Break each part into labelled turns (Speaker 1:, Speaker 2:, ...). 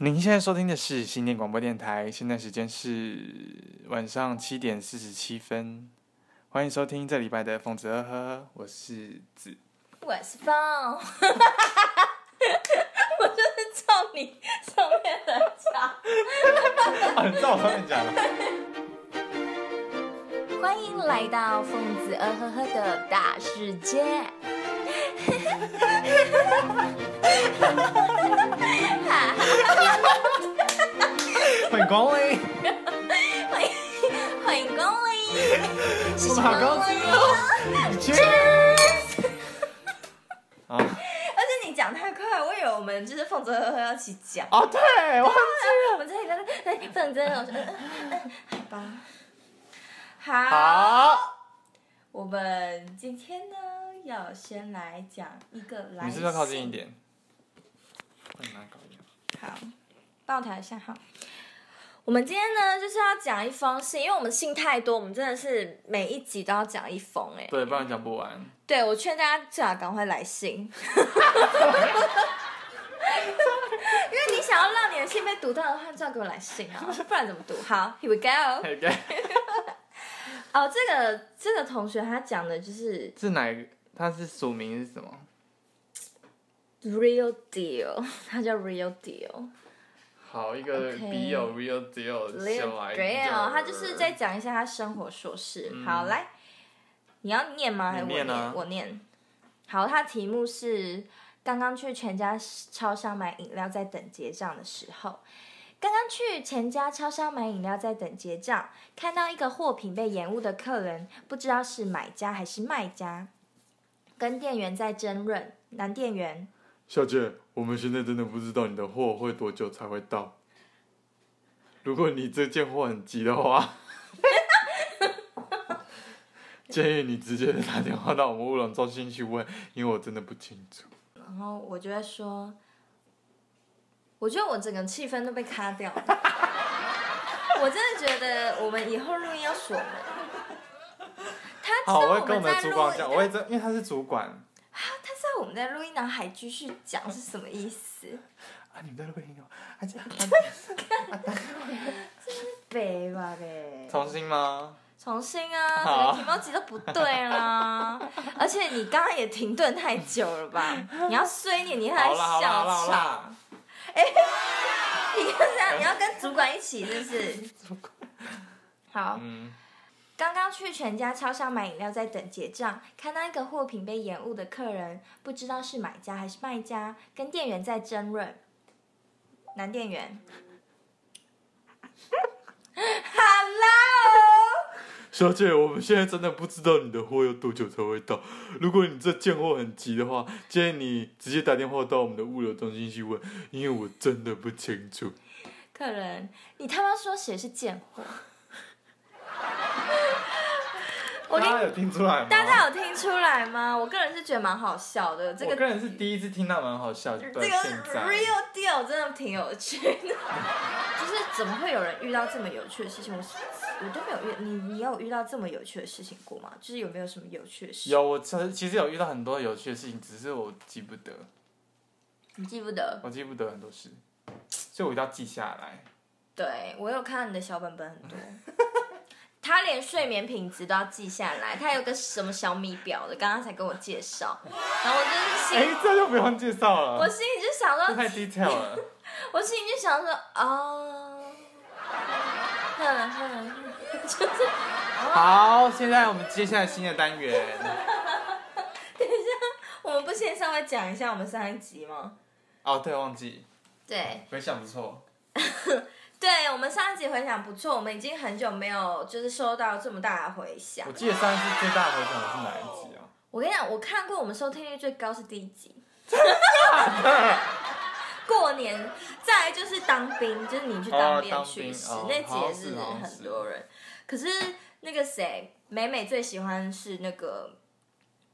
Speaker 1: 您现在收听的是新店广播电台，现在时间是晚上七点四十七分，欢迎收听这礼拜的疯子呵呵，我是子。
Speaker 2: 我是风，我就是照你上面的讲。
Speaker 1: 啊，你知道我上面讲了，
Speaker 2: 欢迎来到疯子呃呵呵的大世界。
Speaker 1: 欢迎光临，
Speaker 2: 欢迎欢迎光临，谢谢
Speaker 1: 我们好
Speaker 2: 光
Speaker 1: 高
Speaker 2: 临
Speaker 1: 兴。 哦，Cheers！啊，
Speaker 2: 而且你讲太快，我以为我们就是疯子呃呵呵要一起讲。
Speaker 1: 哦对，我
Speaker 2: 我们这里在在放真，我说嗯嗯嗯好吧。好，
Speaker 1: 好，
Speaker 2: 我们今天呢要先来讲一个来
Speaker 1: 你
Speaker 2: 信。
Speaker 1: 是不是要靠近一点？我拿高一点
Speaker 2: 好，帮我调一下好。我们今天呢，就是要讲一封信，因为我们信太多，我们真的是每一集都要讲一封哎、
Speaker 1: 对，不然讲不完。
Speaker 2: 对，我劝大家最好赶快来信， 因为你想要让你的信被读到的话，最好给我来信啊，不然怎么读？好，Here we go。
Speaker 1: OK，
Speaker 2: 哦，这个这个同学他讲的就是
Speaker 1: 是哪一个？他是署名是什么？
Speaker 2: real deal，他 叫 real deal。
Speaker 1: 好，一个
Speaker 2: OK
Speaker 1: 笔友 real deal 先来
Speaker 2: Real，他就是在讲一下他生活琐事。
Speaker 1: 嗯
Speaker 2: 好，来，你要念吗？还是我
Speaker 1: 你念啊
Speaker 2: 我念。好，他题目是刚刚去全家超商买饮料，在等结账的时候。刚刚去全家超商买饮料，在等结账，看到一个货品被延误的客人，不知道是买家还是卖家，跟店员在争论。男店员，
Speaker 1: 小姐，我们现在真的不知道你的货会多久才会到。如果你这件货很急的话，建议你直接打电话到我们乌龙中心去问，因为我真的不清楚。
Speaker 2: 然后我就会说，我觉得我整个气氛都被卡掉了。我真的觉得我们以后录音要锁门。他知
Speaker 1: 好，
Speaker 2: 道
Speaker 1: 我会
Speaker 2: 我
Speaker 1: 跟我
Speaker 2: 们
Speaker 1: 们
Speaker 2: 在
Speaker 1: 的主
Speaker 2: 录
Speaker 1: 管讲，我
Speaker 2: 音，
Speaker 1: 会这，因为他是主管啊，
Speaker 2: 他知道我们在录音，然后还继续讲是什么意 思？
Speaker 1: 你们在录音哦，啊 这样，
Speaker 2: 背吧呗，
Speaker 1: 重新吗？
Speaker 2: 重新啊，
Speaker 1: 好
Speaker 2: 整个题目集都不对啦。而且你刚刚也停顿太久了吧？你要碎念，你还
Speaker 1: 好啦好啦好
Speaker 2: 笑
Speaker 1: 啦好
Speaker 2: 场，
Speaker 1: 啦，
Speaker 2: 你就这样，你要跟主管一起是不 是？好，
Speaker 1: 嗯，
Speaker 2: 刚刚去全家超商买饮料，在等结账，看到一个货品被延误的客人，不知道是买家还是卖家，跟店员在争论。男店员，Hello，
Speaker 1: 小姐，我们现在真的不知道你的货要多久才会到。如果你这件货很急的话，建议你直接打电话到我们的物流中心去问，因为我真的不清楚。
Speaker 2: 客人，你他妈说谁是贱货？我跟
Speaker 1: 家有听出来吗
Speaker 2: 大家有听出来吗？我个人是觉得蛮好笑的，这
Speaker 1: 我
Speaker 2: 个
Speaker 1: 个人是第一次听到，蛮好笑的。
Speaker 2: 这
Speaker 1: 到
Speaker 2: 个
Speaker 1: 现 在，
Speaker 2: real deal 真的挺有趣的， 就是怎么会有人遇到这么有趣的事情？我是我都没有遇，你你有遇到这么有趣的事情过吗？就是有没有什么有趣的事？
Speaker 1: 有我其实其实有遇到很多有趣的事情，只是我记不得，
Speaker 2: 你记不得？
Speaker 1: 我记不得很多事，所以我一定要记下来。
Speaker 2: 对我有看到你的小本本很 多，他连睡眠品质都要记下来，他有个什么小米表的，刚刚才跟我介绍，然后我就是
Speaker 1: 哎
Speaker 2: 心，，
Speaker 1: 这就不用介绍
Speaker 2: 我
Speaker 1: 了，
Speaker 2: 心里就想
Speaker 1: 这
Speaker 2: 说，
Speaker 1: 太 detail 了。
Speaker 2: 我心里就想说，哦， 哼哼，就是。
Speaker 1: 好，现在我们接下来新的单元。
Speaker 2: 我们不先稍微讲一下我们上一集吗？
Speaker 1: 哦，对，忘记
Speaker 2: 对，
Speaker 1: 回想不错。
Speaker 2: 对，我们上一集回响不错，我们已经很久没有就是收到这么大的回响
Speaker 1: 我。记得上一次最大的回响是哪一集啊？
Speaker 2: 我跟你讲，我看过我们收听率最高是第一集。 过年，再来就是当兵，就是你去当
Speaker 1: 哦
Speaker 2: 兵
Speaker 1: 当
Speaker 2: 去
Speaker 1: 兵
Speaker 2: 世、
Speaker 1: 哦
Speaker 2: 那集
Speaker 1: 好
Speaker 2: 也
Speaker 1: 像是好像
Speaker 2: 很
Speaker 1: 是
Speaker 2: 多人。可是那个谁，美美最喜欢是那个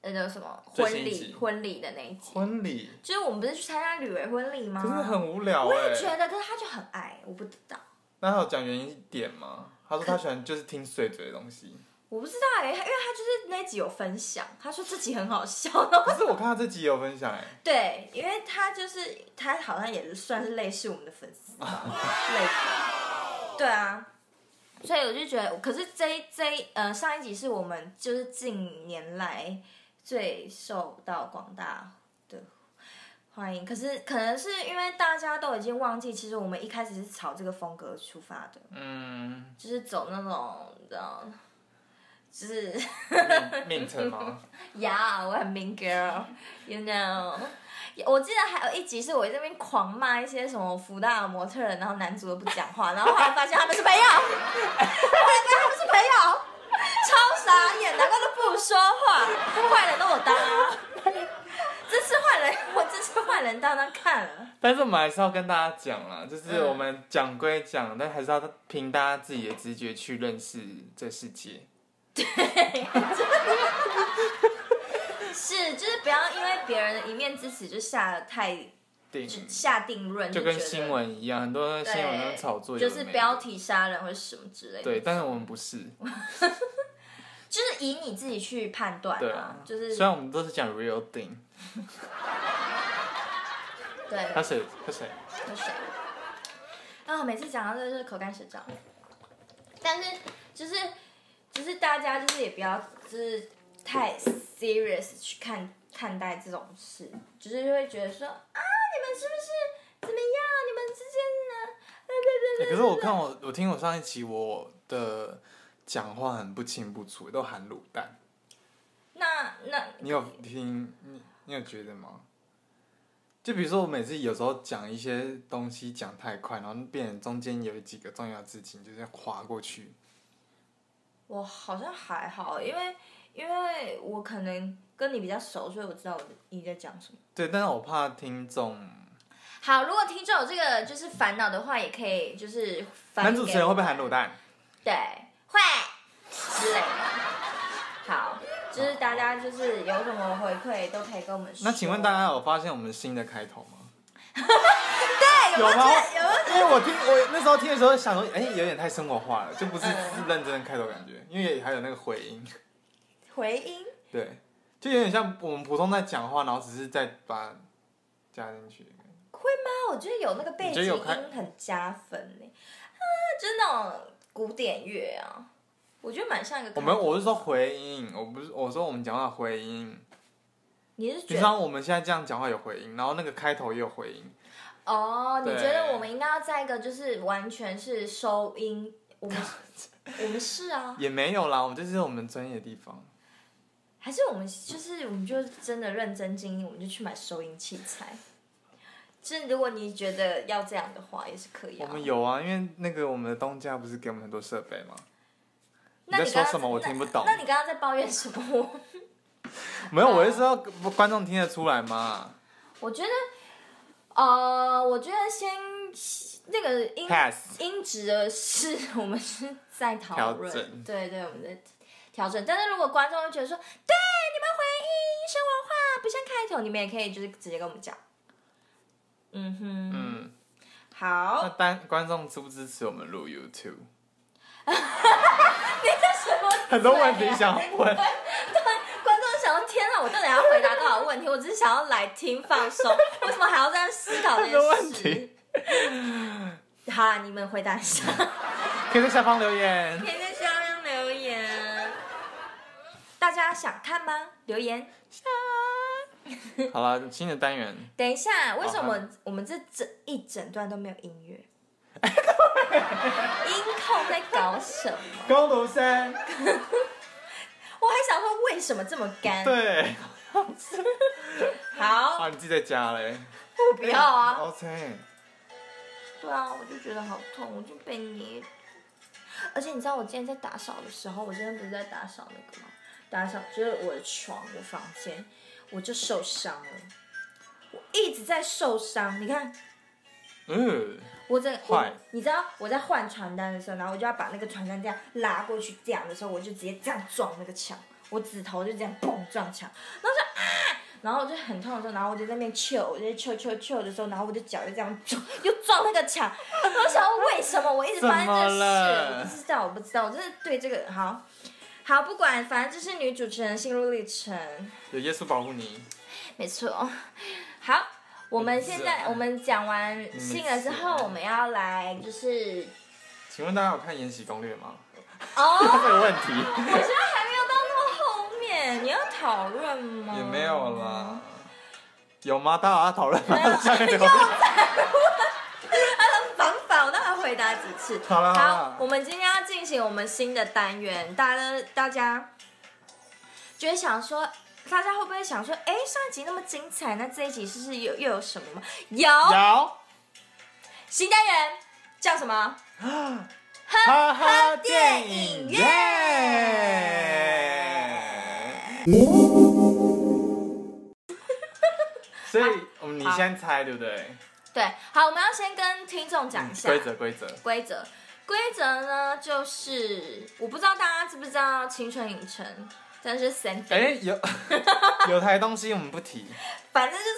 Speaker 2: 呃那叫什么
Speaker 1: 最
Speaker 2: 婚
Speaker 1: 新一集
Speaker 2: 礼婚礼的那一集，
Speaker 1: 婚礼，
Speaker 2: 就是我们不是去参加吕维婚礼吗？
Speaker 1: 可是很无聊
Speaker 2: 啊我
Speaker 1: 哎、
Speaker 2: 也觉得，可是他就很矮，我不知道。
Speaker 1: 那他有讲原因点吗？他说他喜欢就是听碎嘴的东西。
Speaker 2: 我不知道哎、因为他就是那集有分享，他说这集很好笑，然后
Speaker 1: 可是我看他这集也有分享哎、
Speaker 2: 对，因为他就是他好像也算是类似我们的粉丝吧，类似，对啊，所以我就觉得，可是这一这一呃上一集是我们就是近年来最受到广大的欢迎，可是可能是因为大家都已经忘记，其实我们一开始是朝这个风格出发的，
Speaker 1: 嗯，
Speaker 2: 就是走那种你知道，就是
Speaker 1: 面层 吗？
Speaker 2: Yeah，我很 mean girl，you know。我记得还有一集是我在那边狂骂一些什么福大的模特人，然后男主都不讲话，然后后来发现他们是朋友，后来发现他们是朋友，超傻眼，难怪都不说话，坏人都我当啊，这次坏人我这次坏人当当看了，
Speaker 1: 但是我们还是要跟大家讲啦，就是
Speaker 2: 嗯
Speaker 1: 我们讲归讲，但还是要凭大家自己的直觉去认识这世界。
Speaker 2: 是就是不要因为别人的一面之词就下了太
Speaker 1: 定
Speaker 2: 就下定论，
Speaker 1: 就
Speaker 2: 觉
Speaker 1: 跟
Speaker 2: 得
Speaker 1: 新闻一样，很多新闻都
Speaker 2: 对
Speaker 1: 是炒作，
Speaker 2: 就是标。题杀人或者什么之类的，
Speaker 1: 对，但是我们不是。
Speaker 2: 就是以你自己去判断
Speaker 1: 对
Speaker 2: 啊，就是
Speaker 1: 虽然我们都是讲 real thing，
Speaker 2: 对，
Speaker 1: 他谁他谁？
Speaker 2: 喝水。啊、每次讲到这个就是口干舌燥，但是就是就是大家就是也不要就是太 serious 去看看待这种事，就是会觉得说啊，你们是不是怎么样？啊你们之间呢？对对对
Speaker 1: 欸可是我看我我听我上一期我的讲话很不清不楚，都含卤蛋。
Speaker 2: 那那
Speaker 1: 你有听你你有觉得吗？就比如说我每次有时候讲一些东西讲太快，然后变成中间有几个重要事情就是划过去。
Speaker 2: 我好像还好，因为因为我可能跟你比较熟，所以我知道我你在讲什么。
Speaker 1: 对，但是我怕听众，
Speaker 2: 好，如果听众有这个就是烦恼的话，也可以就是反
Speaker 1: 男
Speaker 2: 映
Speaker 1: 主持
Speaker 2: 给
Speaker 1: 人
Speaker 2: 我
Speaker 1: 会不会
Speaker 2: 们
Speaker 1: 含卤蛋？
Speaker 2: 对，会之类的。好，就是大家就是有什么回馈都可以跟我们说。
Speaker 1: 那请问大家有发现我们新的开头吗？
Speaker 2: 对哎有没有
Speaker 1: 吗
Speaker 2: 觉得有没有？？
Speaker 1: 因为我听我那时候听的时候想说，哎、有点太生活化了，就不是
Speaker 2: 嗯
Speaker 1: 认真的开头感觉，因为还有那个回音。
Speaker 2: 回啊音
Speaker 1: 对，就有点像我们普通在讲话，然后只是再把加进去。
Speaker 2: 会吗？我觉得有那个背
Speaker 1: 你觉
Speaker 2: 景
Speaker 1: 得有
Speaker 2: 音
Speaker 1: 开
Speaker 2: 很加分呢、啊，就是那种古典乐啊，我觉得蛮像一个。
Speaker 1: 我们我是说回音，我不是我说我们讲话回音。
Speaker 2: 你是觉
Speaker 1: 平
Speaker 2: 得
Speaker 1: 常我们现在这样讲话有回音，然后那个开头也有回音。
Speaker 2: 哦？你
Speaker 1: 对
Speaker 2: 觉得我们应该要在一个就是完全是收音，我们我们是啊，
Speaker 1: 也没有啦，我们这是我们专业的地方。
Speaker 2: 还是我们就是我们就真的认真经营，我们就去买收音器材。就是如果你觉得要这样的话，也是可以、啊。
Speaker 1: 我们有啊，因为那个我们的东家不是给我们很多设备吗？
Speaker 2: 那
Speaker 1: 你
Speaker 2: 刚
Speaker 1: 在说
Speaker 2: 刚
Speaker 1: 什么我
Speaker 2: 那
Speaker 1: 听不懂
Speaker 2: 那你刚刚在抱怨什么？ 我
Speaker 1: 没有，我是说观众听得出来嘛。
Speaker 2: 我觉得，呃，我觉得先那个
Speaker 1: 嗯
Speaker 2: 音
Speaker 1: Pass
Speaker 2: 音质的事，我们是在讨
Speaker 1: 调整
Speaker 2: 论。对对，我们在调整。但是如果观众会觉得说，对你们回应生活化不像开头，你们也可以就是直接跟我们讲。嗯哼，
Speaker 1: 嗯，
Speaker 2: 好。
Speaker 1: 那单观众支不支持我们录 YouTube？
Speaker 2: 什么、
Speaker 1: 很多问题想问。
Speaker 2: 啊观众想说：“天啊，我到底要回答多少问题？我只是想要来听放松，为什么还要这样思考这
Speaker 1: 很多
Speaker 2: 件
Speaker 1: 问
Speaker 2: 事
Speaker 1: 题？”
Speaker 2: 好啦，你们回答一 下，
Speaker 1: 可以在下方留言。
Speaker 2: 可以在下面留言。 大家想看吗？留言。
Speaker 1: 好了，新的单元。
Speaker 2: 等一下，为什
Speaker 1: 好
Speaker 2: 么我们这整一整段都没有音 乐？音控在搞什么？
Speaker 1: 高楼山。
Speaker 2: 我还想说，为什么这么干？
Speaker 1: 对。
Speaker 2: 好，
Speaker 1: 啊，你自己在家嘞。
Speaker 2: 我不要啊。
Speaker 1: OK。
Speaker 2: 对啊，我就觉得好痛，我就被你。而且你知道我今天在打扫的时候，我今天不是在打扫那个吗？打扫就是我的床，我房间，我就受伤了。我一直在受伤，你看
Speaker 1: 嗯。
Speaker 2: 我在
Speaker 1: 坏
Speaker 2: 我，你知道我在换传单的时候，然后我就要把那个传单这样拉过去，这样的时候我就直接这样撞那个墙，我指头就这样砰撞墙，然后我就啊，然后我就很痛的时候，然后我就在那边 c 我就 c 啾 c 的时候，然后我的脚就这样撞，又撞那个墙，我想为什么我一直发生这个
Speaker 1: 怎
Speaker 2: 事，我
Speaker 1: 么了
Speaker 2: 不知道，我不知道，我真的对这个好。好，不管，反正这是女主持人的心路历程，
Speaker 1: 有耶稣保护你。
Speaker 2: 没错。 好，我们现
Speaker 1: 没
Speaker 2: 在
Speaker 1: 事
Speaker 2: 我们讲完
Speaker 1: 没
Speaker 2: 性了之后，
Speaker 1: 事
Speaker 2: 我们要来就是
Speaker 1: 请问大家有看《延禧攻略》吗？
Speaker 2: 哦，
Speaker 1: 这个问 题
Speaker 2: 我觉得还没有到那么后面，你要讨论吗？
Speaker 1: 也没有啦。有吗？大家讨论吗？下一个
Speaker 2: 反反，我当然回答几次。
Speaker 1: 好了好了
Speaker 2: 我们今天要进行我们新的单元，大家大家觉得想说，大家会不会想说，哎，上一集那么精彩，那这一集是不是又又有什么吗？有
Speaker 1: 有。
Speaker 2: 新单元叫什么？
Speaker 1: 哈哈
Speaker 2: 电影院
Speaker 1: 所以，我们你
Speaker 2: 好
Speaker 1: 先猜，对不对？
Speaker 2: 对，好，我们要先跟听众讲一下
Speaker 1: 嗯规则，规则。
Speaker 2: 规则。规则呢，就是我不知道大家知不知道《青春影城》，真的是神
Speaker 1: 哎、有 有台东西我们不提，
Speaker 2: 反正就是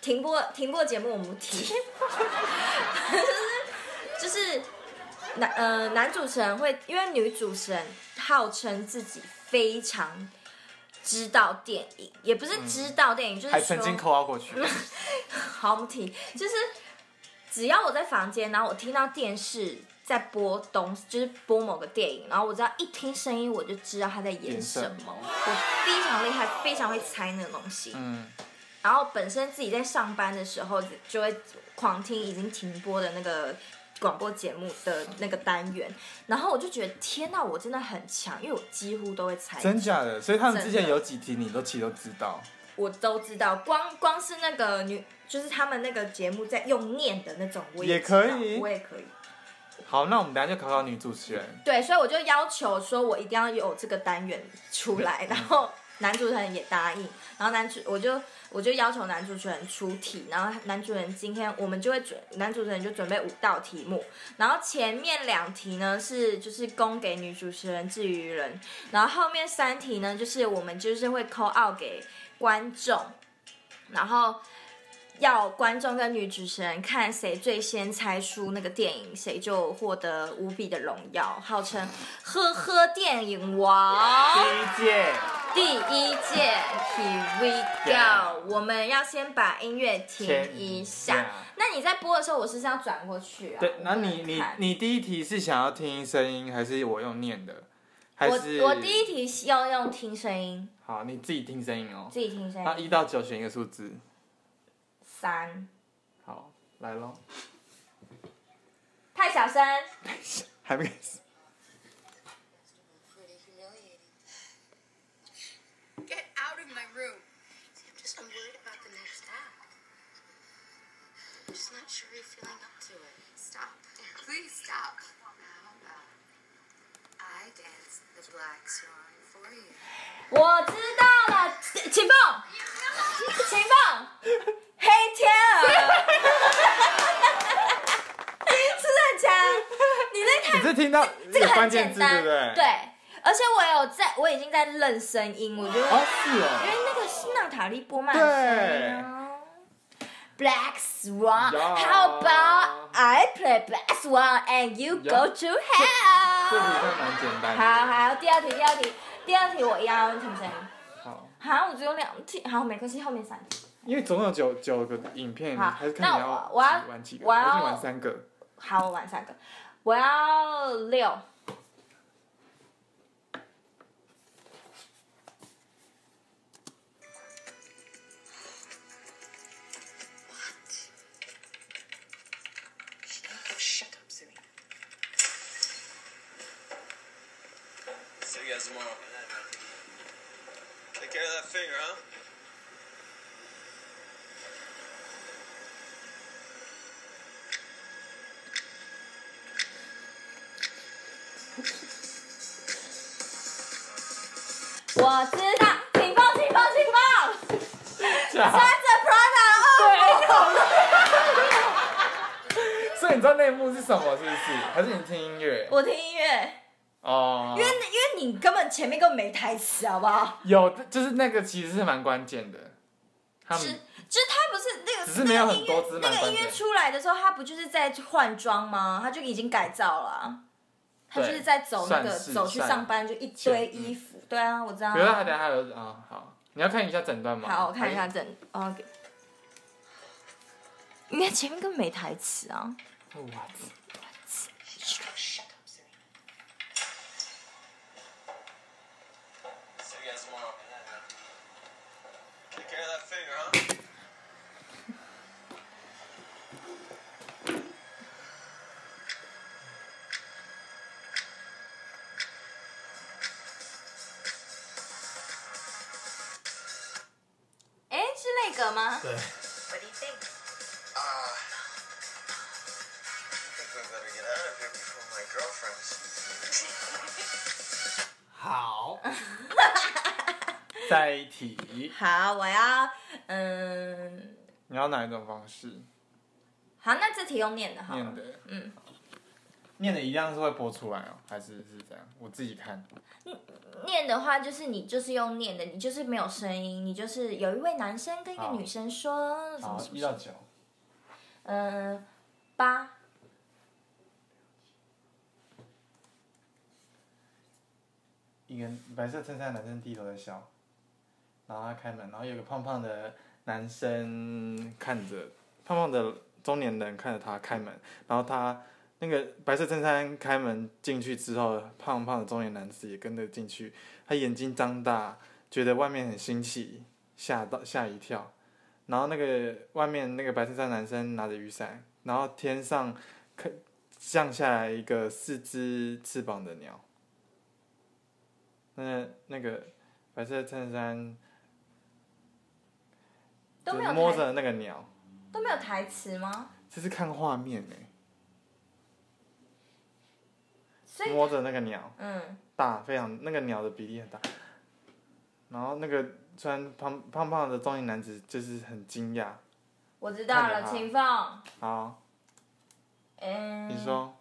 Speaker 2: 停播停播节目我们不提， 就是就是男呃男主持人会，因为女主持人号称自己非常知道电影，也不是知道电影，就
Speaker 1: 嗯还
Speaker 2: 是
Speaker 1: 曾
Speaker 2: 说
Speaker 1: 经扣 到过去。
Speaker 2: 好我们提，就是只要我在房间，然后我听到电视。在播东西，就是播某个电影，然后我只要一听声音，我就知道他在演
Speaker 1: 演
Speaker 2: 什
Speaker 1: 什
Speaker 2: 么。
Speaker 1: 么
Speaker 2: 我非常厉害，非常会猜那个东西。
Speaker 1: 嗯，
Speaker 2: 然后本身自己在上班的时候就会狂听已经停播的那个广播节目的那个单元，然后我就觉得天呐，我真的很强，因为我几乎都会猜，
Speaker 1: 真假的？所以他们
Speaker 2: 真
Speaker 1: 之前
Speaker 2: 的
Speaker 1: 有几题你都其实都知道。
Speaker 2: 我都知道，光光是那个女，就是他们那个节目在用念的那种，我
Speaker 1: 也
Speaker 2: 知道
Speaker 1: 可以
Speaker 2: 我也可以。
Speaker 1: 好，那我们等一下就考考女主持人。
Speaker 2: 对，所以我就要求说，我一定要有这个单元出来，然后男主持人也答应，然后男主我就我就要求男主持人出题，然后男主持人今天我们就会准男主持人就准备五道题目，然后前面两题呢是就是供给女主持人至于人，然后后面三题呢就是我们就是会 call out 给观众，然后。要观众跟女主持人看谁最先猜出那个电影，谁就获得无比的荣耀，号称“呵呵电影王
Speaker 1: 第一届，”
Speaker 2: 第一届。Here we
Speaker 1: Yeah
Speaker 2: go！我们要先把音乐停一下
Speaker 1: 停一下。
Speaker 2: 那你在播的时候，我是不是要转过去啊？
Speaker 1: 对，
Speaker 2: 我
Speaker 1: 那
Speaker 2: 不能
Speaker 1: 你你
Speaker 2: 看
Speaker 1: 你第一题是想要听声音，还是我用念的？还是
Speaker 2: 我我第一题要用听声音，
Speaker 1: 好，你自己听声音哦。
Speaker 2: 自己听声
Speaker 1: 那
Speaker 2: 音。
Speaker 1: 一到九选一个数字。
Speaker 2: 三，
Speaker 1: 好，来喽，
Speaker 2: 太小声，
Speaker 1: 还没开始。
Speaker 3: Pretty humiliating. Get out of my room. I'm just I'm worried about the next act. I'm just not sure you're feeling up to it. Stop. Please stop. How about I dance the black swan for you?
Speaker 2: 我知道了，秦秦凤，
Speaker 3: Oh,
Speaker 2: 秦凤，黑天鹅， 是很强，你在
Speaker 1: 你
Speaker 2: 看
Speaker 1: 是听到
Speaker 2: 这个
Speaker 1: 关
Speaker 2: 很
Speaker 1: 键
Speaker 2: 简
Speaker 1: 字对
Speaker 2: 单，
Speaker 1: 不对？。
Speaker 2: 而且我有在，我已经在认声音，我觉得，
Speaker 1: 哦，是
Speaker 2: 因为
Speaker 1: 哦。
Speaker 2: 那个是娜塔莉波曼的声音啊。Black Swan,
Speaker 1: Yeah.
Speaker 2: how about I play Black Swan and you go
Speaker 1: Yeah.
Speaker 2: to hell？
Speaker 1: 这题算蛮简单
Speaker 2: 好
Speaker 1: 的。
Speaker 2: 好，第二题，第二题，第二题我一样用听声音。
Speaker 1: 好，
Speaker 2: 好，我只有两题，好，没关系，后面三题。
Speaker 1: 因为总有九九个影片，
Speaker 2: 好
Speaker 1: 还是看
Speaker 2: 那
Speaker 1: 你
Speaker 2: 我
Speaker 1: 要
Speaker 2: 我要
Speaker 1: 几玩几个，
Speaker 2: 我要
Speaker 1: 还是你玩三个？
Speaker 2: 好，我玩三个，我要六。
Speaker 3: What? Shut up, Sumi.
Speaker 4: See you guys tomorrow. Take care of that finger, huh?
Speaker 2: 我知道，请放，请放，请放，
Speaker 1: 假
Speaker 2: 穿着 Prada 哦，
Speaker 1: 所以你知道内幕是什么是不是？还是你听音乐？
Speaker 2: 我听音乐，
Speaker 1: 哦
Speaker 2: 因为，因为你根本前面根本没台词，好不好？
Speaker 1: 有，就是那个其实是蛮关键的。他
Speaker 2: 是
Speaker 1: 们，
Speaker 2: 就是他不是那个，
Speaker 1: 只是没有很
Speaker 2: 那个音乐
Speaker 1: 多只蛮
Speaker 2: 那
Speaker 1: 关
Speaker 2: 个
Speaker 1: 键
Speaker 2: 音乐出来的时候，他不就是在换装吗？他就已经改造了啊、他就是在走那个
Speaker 1: 算是
Speaker 2: 走去上班就一堆衣服，对啊，我知道
Speaker 1: 可是他
Speaker 2: 啊。
Speaker 1: 等下还有啊，好，你要看一下诊断吗？
Speaker 2: 好，我看一下
Speaker 1: 还。
Speaker 2: 整哦，给你看前面根本没台词啊。
Speaker 1: 哇塞
Speaker 3: Shut up, Serena.
Speaker 4: See you guys tomorrow. Take care of that finger, huh?
Speaker 2: 哎，是那个吗？
Speaker 5: 对，
Speaker 3: What do you think?
Speaker 4: Uh, I think we better get out of here before my girlfriend's.
Speaker 5: 好，再一题，
Speaker 2: 好，我要嗯，
Speaker 1: 你要哪一种方式
Speaker 2: 好，那这题用念的好了
Speaker 1: 念的？
Speaker 2: 嗯，
Speaker 1: 念的一样是会播出来哦，还是是这样？我自己看。
Speaker 2: 念的话就是你就是用念的，你就是没有声音，你就是有一位男生跟一个
Speaker 1: 好
Speaker 2: 女生说什么什么什么，
Speaker 1: 九。
Speaker 2: 嗯，八
Speaker 1: 一个白色衬衫的男生低头在笑，然后他开门，然后有个胖胖的男生看着胖胖的中年人看着他开门，然后他那个白色衬衫开门进去之后，胖胖的中年男子也跟着进去，他眼睛张大，觉得外面很新奇，吓到吓一跳，然后那个外面那个白衬衫男生拿着雨伞，然后天上看降下来一个四只翅膀的鸟。那那个白色衬衫
Speaker 2: 都没有
Speaker 1: 就摸
Speaker 2: 台
Speaker 1: 着那个鸟，
Speaker 2: 都没有台词吗？
Speaker 1: 这是看画面欸呢，
Speaker 2: 所以
Speaker 1: 摸着那个鸟，
Speaker 2: 嗯，
Speaker 1: 大非常那个鸟的比例很大。然后那个穿胖胖胖的中年男子就是很惊讶，
Speaker 2: 我知道
Speaker 1: 看
Speaker 2: 了，
Speaker 1: 着他
Speaker 2: 秦凤，
Speaker 1: 好，
Speaker 2: 嗯，
Speaker 1: 你说，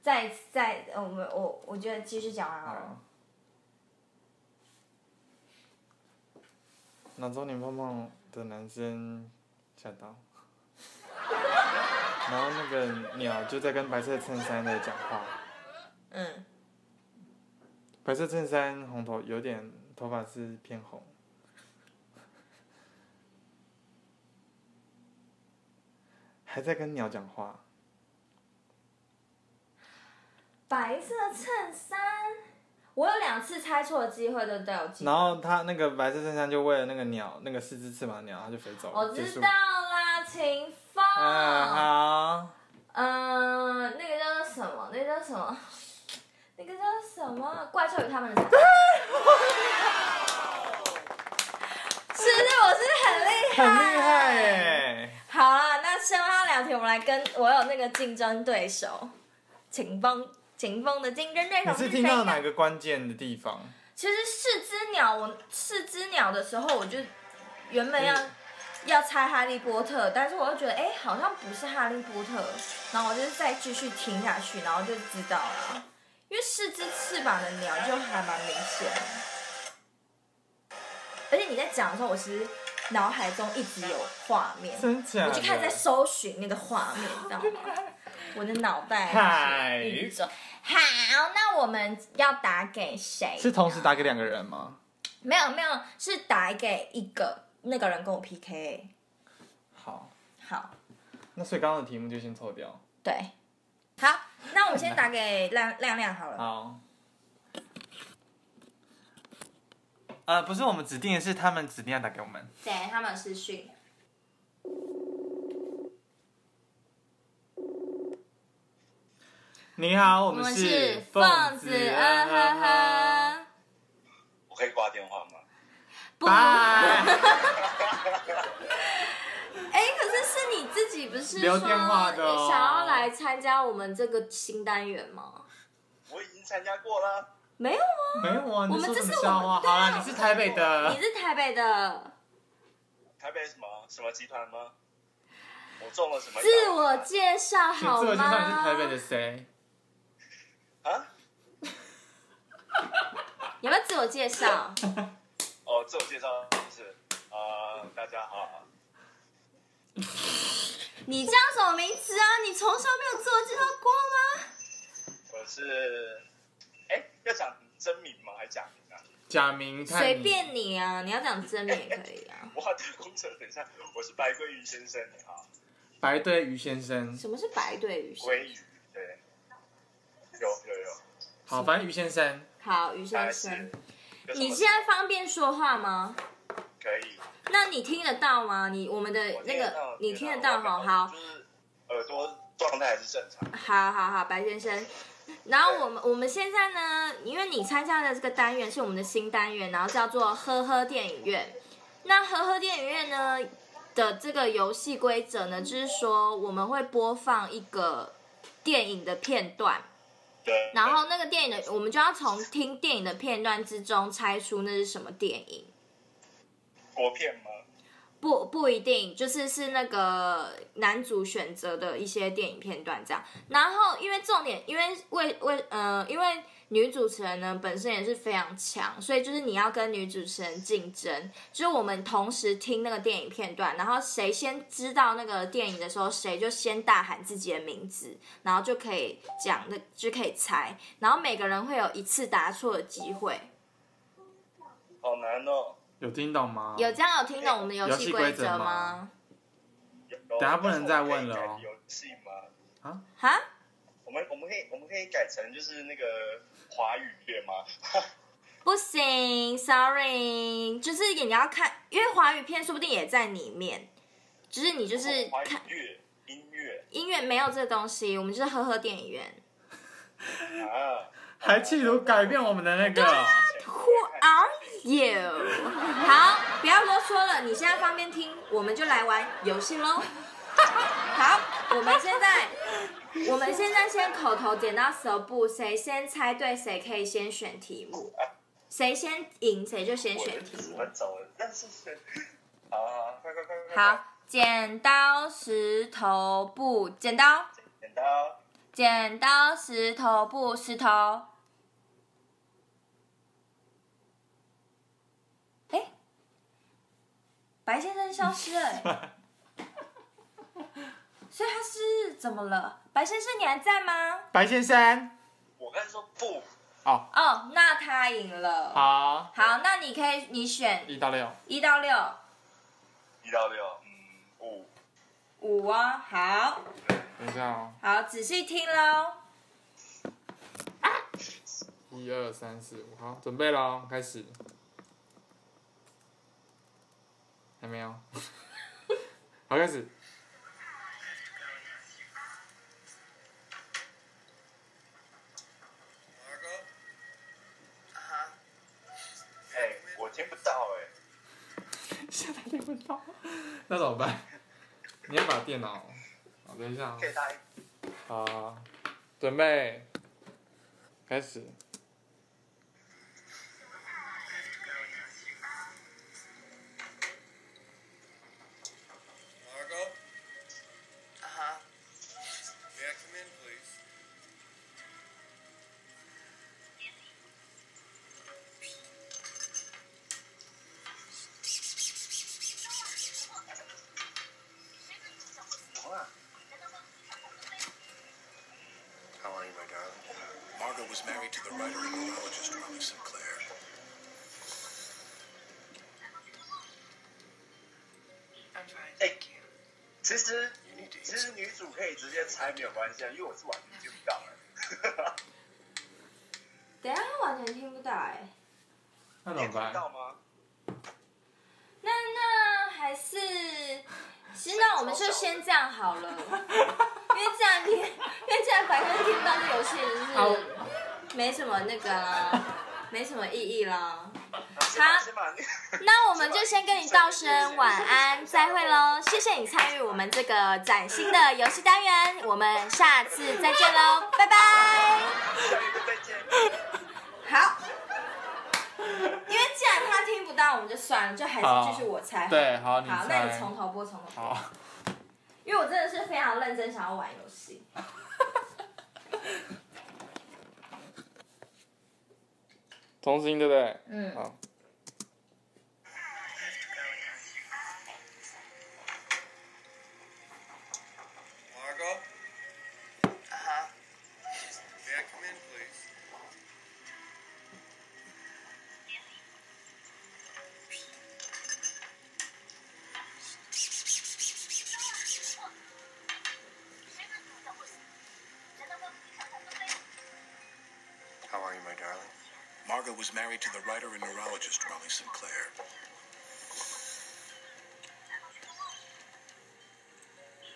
Speaker 2: 再再呃我们我我觉得继续讲完好了。
Speaker 1: 好。那中年胖胖的男生吓到， 然后那个鸟就在跟白色衬衫在讲话。
Speaker 2: 嗯，
Speaker 1: 白色衬衫，红头，有点头发是偏红。还在跟鸟讲话，
Speaker 2: 白色衬衫，我有两次猜错的机会，对不对？我记得
Speaker 1: 然后他那个白色衬衫就为了那个鸟，那个四只翅膀的鸟，他就飞走
Speaker 2: 我
Speaker 1: 了。结
Speaker 2: 知
Speaker 1: 束
Speaker 2: 道。啦，秦凤，嗯、
Speaker 1: 嗯，好。
Speaker 2: 呃那个叫做什么？那个叫什么？那个叫什么？怪兽与他们的。是不是我是不是很厉害？
Speaker 1: 很厉害耶！
Speaker 2: 好啊，那剩下两题，我们来跟我有那个竞争对手，秦风。秦风的竞争对
Speaker 1: 你
Speaker 2: 手
Speaker 1: 是
Speaker 2: 谁
Speaker 1: 听到
Speaker 2: 呢
Speaker 1: 哪？个关键的地方？
Speaker 2: 其实四只鸟，我四只鸟的时候，我就原本要、
Speaker 1: 嗯
Speaker 2: 要猜哈利波特，但是我又觉得哎、诶好像不是哈利波特，然后我就再继续听下去，然后就知道了。因为四只翅膀的鸟就还蛮明显的，而且你在讲的时候，我其实脑海中一直有画面，
Speaker 1: 真假
Speaker 2: 我
Speaker 1: 的？
Speaker 2: 就开始在搜寻那个画面，你知道 吗？我的脑袋
Speaker 1: 嗨
Speaker 2: 就是运转。好，那我们要打给谁？
Speaker 1: 是同时打给两个人吗？
Speaker 2: 没有没有，是打给一个那个人跟我 PK。
Speaker 1: 好，
Speaker 2: 好，
Speaker 1: 那所以刚刚的题目就先抽掉。
Speaker 2: 对，好，那我们先打给亮亮亮好了。
Speaker 1: 好。呃，不是我们指定的，是他们指定要打给我们。
Speaker 2: 对，他们是讯。
Speaker 1: 你好，我
Speaker 2: 我们
Speaker 1: 是啊
Speaker 2: 是凤子，嗯呵呵。
Speaker 4: 我可以挂电话吗？
Speaker 2: 不，哎、
Speaker 1: 拜。
Speaker 2: 可是是你自己不是
Speaker 1: 留
Speaker 2: 说
Speaker 1: 电话的哦
Speaker 2: 你想要来参加我们这个新单元吗？
Speaker 4: 我已经参加过了。
Speaker 2: 没有啊。
Speaker 1: 没有啊，你
Speaker 2: 我们
Speaker 1: 说
Speaker 2: 这
Speaker 1: 什么
Speaker 2: 是我
Speaker 1: 笑
Speaker 2: 们
Speaker 1: 话？
Speaker 2: 对
Speaker 1: 好
Speaker 2: 啊
Speaker 1: 啦，你是台北的
Speaker 2: 你，是台北的，
Speaker 4: 台北什么什么集团吗？我中了什么？
Speaker 2: 自
Speaker 5: 啊
Speaker 2: 我介绍
Speaker 1: 请自
Speaker 2: 好吗？
Speaker 1: 我介绍你是台北的谁？
Speaker 4: 啊？
Speaker 2: 你要不要自我介绍？
Speaker 4: 哦，自我介绍就是
Speaker 5: 啊
Speaker 4: 呃，大家好，
Speaker 2: 你叫什么名字啊？你从小没有自我介绍过吗？
Speaker 4: 我
Speaker 5: 我是，哎、要讲真名吗？还是假名啊？
Speaker 1: 假名看
Speaker 2: 随便你啊，你要讲真名也可以啊。
Speaker 5: 哇，工程，等一下，我是白鲑鱼先生，你好，
Speaker 1: 白对鱼先 生，
Speaker 2: 什么是白对鱼
Speaker 5: 鲑
Speaker 2: 先？
Speaker 5: 鱼，对，有有有，
Speaker 1: 好，反正鱼先生，
Speaker 2: 好，鱼
Speaker 5: 大
Speaker 2: 先
Speaker 5: 概是
Speaker 2: 生，，
Speaker 5: 有什么
Speaker 2: 你现在方便说话吗？
Speaker 5: 可以，
Speaker 2: 那你听得到吗？你我们的
Speaker 5: 我
Speaker 2: 那
Speaker 5: 听得到
Speaker 2: 个你听得到
Speaker 5: 到
Speaker 2: 哈？好
Speaker 5: 我就，是耳朵状态还是正常，
Speaker 2: 好好好，白先生。然后我们我们现在呢，因为你参加的这个单元是我们的新单元，然后叫做呵呵电影院。那呵呵电影院呢的这个游戏规则呢，就是说我们会播放一个电影的片段，
Speaker 5: 对，
Speaker 2: 然后那个电影的我们就要从听电影的片段之中猜出那是什么电影。
Speaker 5: 国片吗？
Speaker 2: 不不一定，就是是那个男主选择的一些电影片段这样。然后因为重点，因为为为呃，因为女主持人呢本身也是非常强，所以就是你要跟女主持人竞争，就是我们同时听那个电影片段，然后谁先知道那个电影的时候，谁就先大喊自己的名字，然后就可以讲那就可以猜，然后每个人会有一次答错的机会。
Speaker 5: 好难哦，
Speaker 1: 有听懂吗？
Speaker 2: 有这样有听懂我们的游
Speaker 1: 游
Speaker 2: 戏
Speaker 1: 戏
Speaker 2: 规
Speaker 1: 规
Speaker 2: 则
Speaker 1: 则吗
Speaker 2: 吗？
Speaker 5: 有
Speaker 1: 等下不能再问了哦
Speaker 5: 但是我们可以改游戏吗？
Speaker 2: 哈？
Speaker 5: 我们我们可以我们可以改成就是那个华语乐吗？
Speaker 2: 不行，sorry，就是你要看，因为华语片说不定也在里面，只是你就是
Speaker 5: 哦华
Speaker 2: 看
Speaker 5: 语乐音乐
Speaker 2: 音乐没有这东西，我们就是呵呵电影院。
Speaker 5: 啊，
Speaker 1: 还企图改变我们的那个，
Speaker 2: 啊 Who are you？好，不要啰嗦了，你现在方便听，我们就来玩游戏 喽。好，我们现在，我们现在先口头剪刀石头布，谁先猜对，谁可以先选题目，谁先赢谁就先
Speaker 5: 我
Speaker 2: 选
Speaker 5: 就
Speaker 2: 题
Speaker 5: 怎
Speaker 2: 目
Speaker 5: 么。走了？但是是好啊，快快快快，快
Speaker 2: 好，，剪刀石头布，剪刀，
Speaker 5: 剪刀
Speaker 2: 剪刀石头布，石头。哎，白先生消失了、欸， 所以他是怎么了？白先生，你还在吗？
Speaker 1: 白先生，
Speaker 5: 我刚才说不，
Speaker 1: 哦，
Speaker 2: 哦，那他赢了。，
Speaker 1: 好，
Speaker 2: 好，那你可以，你选
Speaker 1: 一到六，
Speaker 2: 一到六，
Speaker 5: 一到六，嗯，五，
Speaker 2: 五哦。好，
Speaker 1: 等一下哦，
Speaker 2: 好，仔细听喽。
Speaker 1: 一二三四五，好，准备喽，开始，还没有， 好，开始，
Speaker 4: Margot?
Speaker 3: Uh-huh.
Speaker 5: 哎，我听不到哎，
Speaker 1: 现在听不到，那怎么办？你要把电脑，好，等一下哦，
Speaker 5: 可以大一点，
Speaker 1: 好，准备，开始，
Speaker 4: Margot?
Speaker 3: Uh-huh.
Speaker 4: May I come in, please? How are you, my darling?
Speaker 6: Margot was married to the writer and neurologist Raleigh Sinclair.
Speaker 3: I'm fine.
Speaker 5: Hey. 其实
Speaker 4: You need to eat
Speaker 5: 其实
Speaker 4: some.
Speaker 5: 女主可以直接猜没有关系啊，因为我是完全听不到哎，
Speaker 2: 等一下，他完全听不到哎、
Speaker 1: 那
Speaker 5: 你
Speaker 1: 怎
Speaker 5: 也
Speaker 1: 么
Speaker 5: 听不
Speaker 1: 办？
Speaker 5: 到吗？
Speaker 2: 那那还是，其实那我们就先这样好 了，因为这样听，因为这样白哥听不到这游戏就是没什么那个 啦，没什么意义啦。
Speaker 5: 好先把那个。
Speaker 2: 那我们就先跟你道声晚安，再会喽！谢谢你参与我们这个崭新的游戏单元，我们下次再见喽，拜拜。
Speaker 5: 下一个再见。
Speaker 2: 好，因为既然他听不到，我们就算了，就还是继续我猜。
Speaker 1: 对，好，你
Speaker 2: 好，那
Speaker 1: 猜
Speaker 2: 你从头播，从头播。
Speaker 1: 好，
Speaker 2: 因为我真的是非常认真想要玩游戏。
Speaker 1: 重新对不对？
Speaker 2: 嗯
Speaker 1: 好，
Speaker 4: Margot?
Speaker 3: Uh-huh.
Speaker 4: May I come in,
Speaker 6: Margot was married to the writer and neurologist Raleigh Sinclair.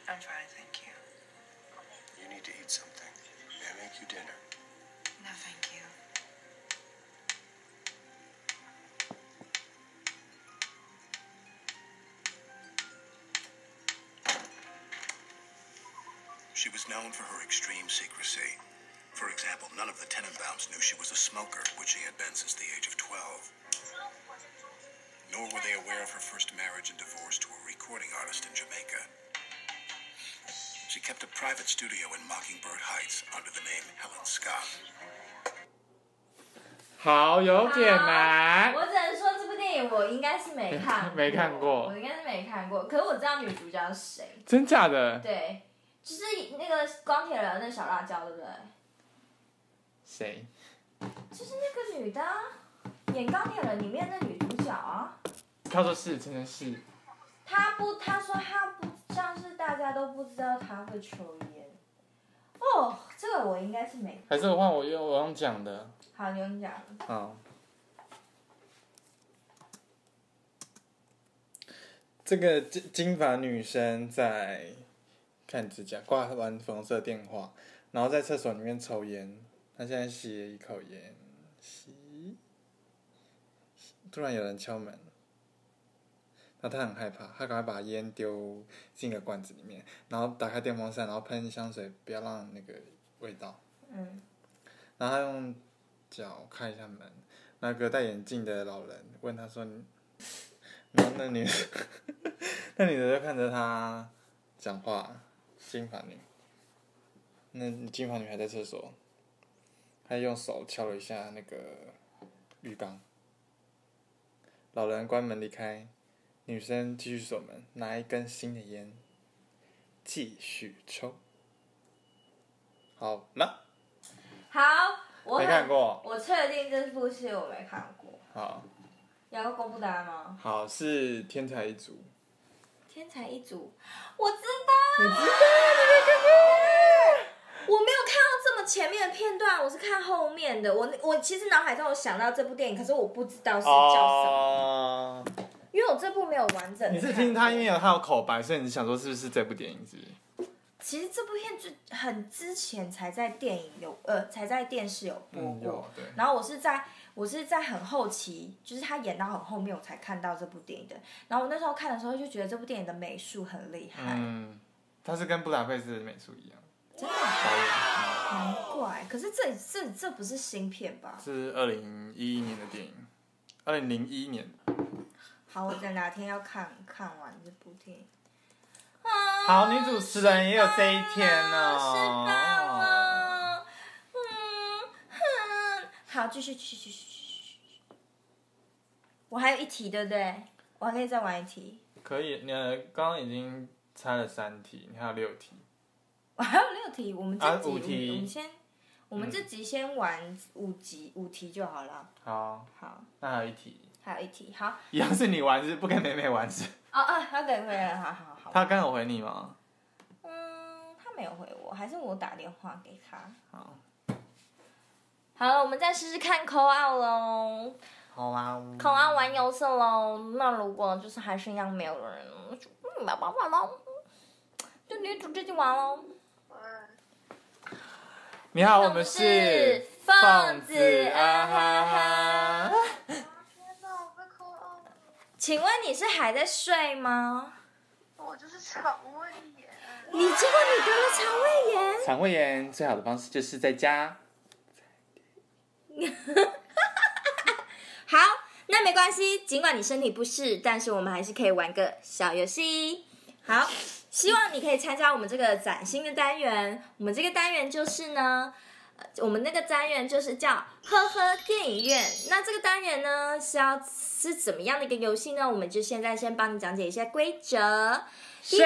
Speaker 7: I'm fine, thank you.
Speaker 6: You need to eat something. May I make you dinner?
Speaker 7: No, thank you.
Speaker 6: She was known for her extreme secrecy. For example, none of the Tenenbaums knew she was a smoker, which she had been since the age of 12. Nor were they aware of her first marriage and divorce to a recording artist in Jamaica. She kept a private studio in Mockingbird Heights under the name Helen Scott.
Speaker 1: 好，有点难
Speaker 2: 我。只能说这部电影我应该是没看
Speaker 1: 哎 没看过
Speaker 2: 我应该是没看过。可是我知道女主角是谁，
Speaker 1: 真假的？
Speaker 2: 对，就是那个钢铁人那小辣椒，对不对？
Speaker 1: 谁？
Speaker 2: 就是那个女的啊、演钢铁人里面的女主角啊。
Speaker 1: 他说是，真的是。
Speaker 2: 她不，她说她不，像是大家都不知道她会抽烟。哦，这个我应该是没。
Speaker 1: 还是我换我用我用讲的。
Speaker 2: 好，你用讲。
Speaker 1: 好。这个金金发女生在看指甲，挂完粉红色电话，然后在厕所里面抽烟。她现在吸了一口烟，吸。突然有人敲门，然后她很害怕，她赶快把烟丢进一个罐子里面，然后打开电风扇，然后喷香水，不要让那个味道。
Speaker 2: 嗯，
Speaker 1: 然后她用脚开一下门，那个戴眼镜的老人问他说 你，然后那女，那女的就看着他讲话，金发女，那金发女还在厕所，她用手敲了一下那个浴缸，老人关门离开，女生继续锁门，拿一根新的烟，继续抽，好了，
Speaker 2: 好，我
Speaker 1: 没
Speaker 2: 很
Speaker 1: 看过
Speaker 2: 我确定这部戏我没看过。
Speaker 1: 好，
Speaker 2: 要公布答案吗？
Speaker 1: 好是天才一族。
Speaker 2: 天才一族，我知道，
Speaker 1: 你知道
Speaker 2: 我没有看到这么前面的片段，我是看后面的。我我其实脑海中有想到这部电影，可是我不知道是叫什么，
Speaker 1: 哦，
Speaker 2: 因为我这部没有完整。
Speaker 1: 你是听他因为。有他有口白，所以你想说是不是这部电影是不是？
Speaker 2: 其实这部片就很之前才在电影有呃才在电视有播
Speaker 1: 嗯有
Speaker 2: 过，
Speaker 1: 对
Speaker 2: 然后我是在我是在很后期，就是他演到很后面我才看到这部电影的。然后我那时候看的时候就觉得这部电影的美术很厉害，
Speaker 1: 嗯，它是跟布达佩斯的美术一样，
Speaker 2: 真的
Speaker 1: 导演
Speaker 2: 难怪。可是这这这不是新片吧？
Speaker 1: 是二零一一年的电影，二零零一年。
Speaker 2: 好，我等哪天要看看完这部电影。
Speaker 1: 好，女主持人也有这一天
Speaker 2: 失败
Speaker 1: 哦。
Speaker 2: 了，嗯哼，好，继续，继续，继续，继续。我还有一题，对不对？我还可以再玩一题，
Speaker 1: 可以，你呃刚刚已经猜了三题，你还有六题。
Speaker 2: 我还有六题。我们这
Speaker 1: 啊
Speaker 2: 集，
Speaker 1: 五
Speaker 2: 我们
Speaker 1: 题
Speaker 2: 我们先，我们这集先玩五集，五题就好了。
Speaker 1: 好，
Speaker 2: 好，
Speaker 1: 那还有一题，
Speaker 2: 还有一题，好，
Speaker 1: 一样是你玩是不跟美美玩是？
Speaker 2: 哦哦，他给回来了，好好好。
Speaker 1: 她刚有回你吗？
Speaker 2: 嗯，他没有回我，还是我打电话给他。
Speaker 1: 好，
Speaker 2: 好了，我们再试试看 call out 喽。
Speaker 1: 好啊。
Speaker 2: 考完玩游戏喽，那如果就是还是一样没有人，就嗯，没办法喽，就女主自己玩喽。
Speaker 1: 你好，
Speaker 2: 那
Speaker 1: 我
Speaker 2: 我
Speaker 1: 们
Speaker 2: 们
Speaker 1: 是
Speaker 2: 是
Speaker 1: 放
Speaker 2: 放
Speaker 1: 子
Speaker 2: 子
Speaker 1: 啊
Speaker 2: 啊
Speaker 1: 哈
Speaker 2: 哈
Speaker 1: 哈
Speaker 2: 哈。
Speaker 3: 天哪，我被扣二了，
Speaker 2: 请问你是还在睡吗？
Speaker 3: 我就是肠胃炎。
Speaker 2: 你结果你得了肠胃炎。
Speaker 1: 肠胃炎最好的方式就是在家。
Speaker 2: 好，那没关系，尽管你身体不适，但是我们还是可以玩个小游戏。好，希望你可以参加我们这个崭新的单元。我们这个单元就是呢，呃我们那个单元就是叫“呵呵电影院”。那这个单元呢是要是怎么样的一个游戏呢？我们就现在先帮你讲解一下规则。
Speaker 1: 是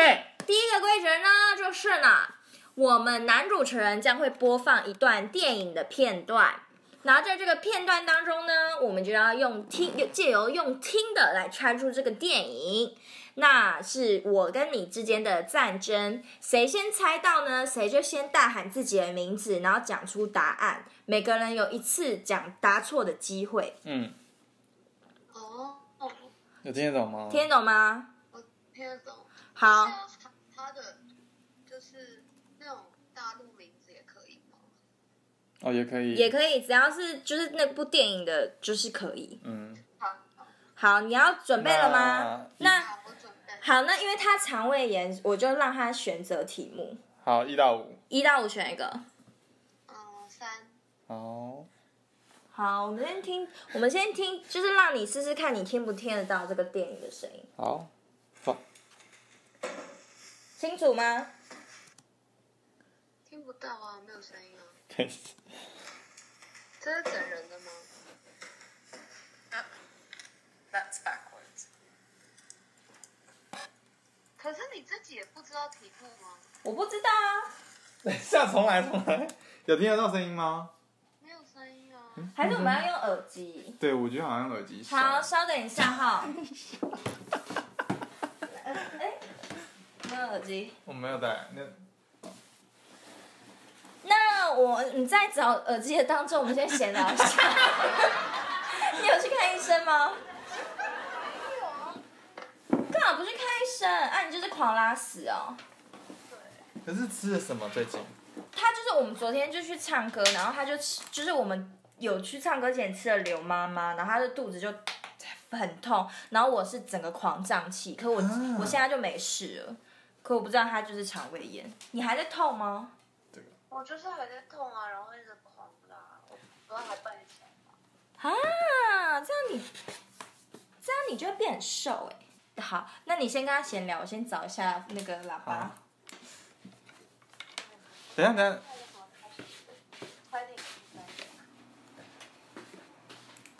Speaker 2: 第一个规则呢，就是呢，我们男主持人将会播放一段电影的片段，然后在这个片段当中呢，我们就要用听借由用听的来猜出这个电影。那是我跟你之间的战争，谁先猜到呢，谁就先大喊自己的名字，然后讲出答案。每个人有一次讲答错的机会，
Speaker 1: 嗯，
Speaker 3: 哦，哦
Speaker 1: 有听得懂吗？
Speaker 2: 听得懂吗？
Speaker 3: 我听得懂。
Speaker 2: 好，
Speaker 1: 嗯
Speaker 3: 那他他的就是那种大陆名字也可以吗？
Speaker 1: 哦，也可以，
Speaker 2: 也可以，只要是就是那部电影的，就是可以。
Speaker 1: 嗯，
Speaker 3: 好，好
Speaker 2: 好，你要准备了吗？
Speaker 1: 那
Speaker 2: 那
Speaker 3: 好我准备。
Speaker 2: 好，那因为他肠胃炎，我就让他选择题目，
Speaker 1: 好，一到五，
Speaker 2: 一到五选一个。
Speaker 3: 嗯，三。
Speaker 1: 好，
Speaker 2: 好，我们先听，我们先听，就是让你试试看，你听不听得到这个电影的声音，
Speaker 1: 好，放，
Speaker 2: 清楚吗？
Speaker 3: 听不到啊，没有声音啊。
Speaker 1: 可以，
Speaker 3: 这是整人的吗？
Speaker 7: Uh-uh. That's backwards.
Speaker 3: 可是你自己也不知道题目吗？
Speaker 2: 我不知道啊，
Speaker 1: 等一下重来重来，有听得到声音吗？
Speaker 3: 没有声音啊。
Speaker 2: 还是我们要用耳机？
Speaker 1: 对，我觉得好像耳机
Speaker 2: 好，稍等一下哈。呃哎，没有耳机。
Speaker 1: 我没有带，那
Speaker 2: 那我你在找耳机的当中，我们先闲聊一下。 你有去看医生吗？啊干嘛不去看医生？啊，你就是狂拉屎哦。
Speaker 1: 可是吃了什么最近？
Speaker 2: 他就是我们昨天就去唱歌，然后他就吃，就是我们有去唱歌前吃了刘妈妈，然后他的肚子就很痛，然后我是整个狂胀气，可我、
Speaker 1: 啊
Speaker 2: 我现在就没事了，可我不知道他就是肠胃炎。你还在痛吗？
Speaker 3: 我就是还在痛啊，然后一直狂拉，我不知道还半小
Speaker 2: 啊，这样你这样你就会变很瘦哎、好，那你先跟他闲聊，我先找一下那个喇叭
Speaker 1: 好。啊等一下等一下，
Speaker 3: 快点吃饭。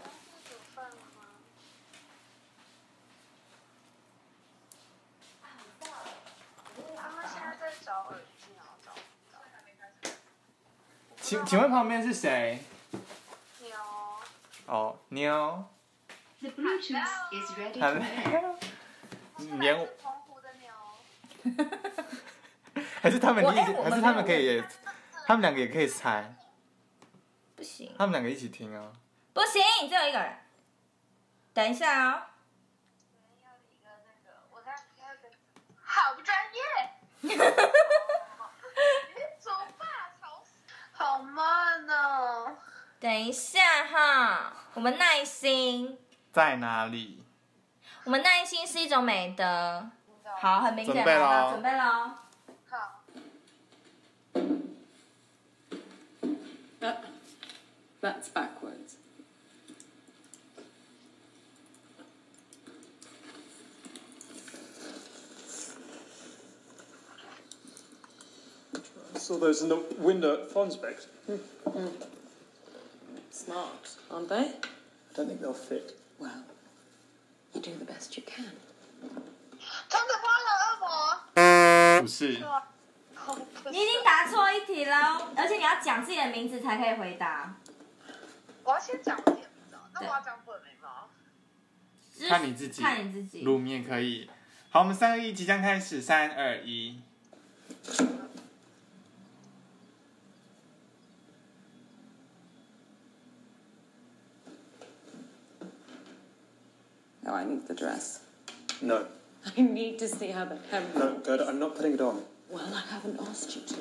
Speaker 3: 刚是煮饭了吗？他们现在在找耳机，然后找不到。
Speaker 1: 请请问旁边是谁？
Speaker 3: 鸟，
Speaker 1: 哦，妞，
Speaker 8: The Bluetooth is ready
Speaker 1: 还
Speaker 8: to
Speaker 1: 没
Speaker 8: pair.，
Speaker 1: 连我
Speaker 3: 是澎湖的鸟。
Speaker 1: 还是他们一
Speaker 2: 我哎
Speaker 1: 起，
Speaker 2: 我
Speaker 1: 还是
Speaker 2: 们
Speaker 1: 他
Speaker 2: 没
Speaker 1: 们
Speaker 2: 有
Speaker 1: 可以也，他们两个也可以猜，
Speaker 2: 不行，
Speaker 1: 他们两个一起听啊。
Speaker 2: 不行，只有一个人。等一下啊、
Speaker 3: 要一个那个，我在要一个，好不专 业，走吧，吵死，好慢哦。
Speaker 2: 等一下哈，我们耐心，
Speaker 1: 在哪里？
Speaker 2: 我们耐心是一种美德。好，很明显
Speaker 1: 准备哦
Speaker 2: 来吧
Speaker 1: 咯
Speaker 2: 准备哦喽。
Speaker 3: 好，
Speaker 8: Uh, that's backwards.
Speaker 9: I saw those in the window at Fonsbeck's. I
Speaker 8: Smart, aren't they?
Speaker 9: don't think they'll fit.
Speaker 8: Well, you do the best you can.
Speaker 3: 真的发了恶魔，
Speaker 1: 不是，
Speaker 3: 好不
Speaker 2: 你已经答错一题了，而且你要讲自己的名字才可以回答。
Speaker 3: 我要先讲我自己的名字哦，那我要讲本名吗？
Speaker 2: 就是
Speaker 1: 看你自己，
Speaker 2: 看你自己。
Speaker 1: 卤面可以。好，我们三二一，即将开始，三二一。
Speaker 8: Oh, I need the dress.
Speaker 9: No,
Speaker 8: I need to see how the hem.
Speaker 9: no, Gerda, I'm not putting it on.
Speaker 8: Well, I haven't asked you to.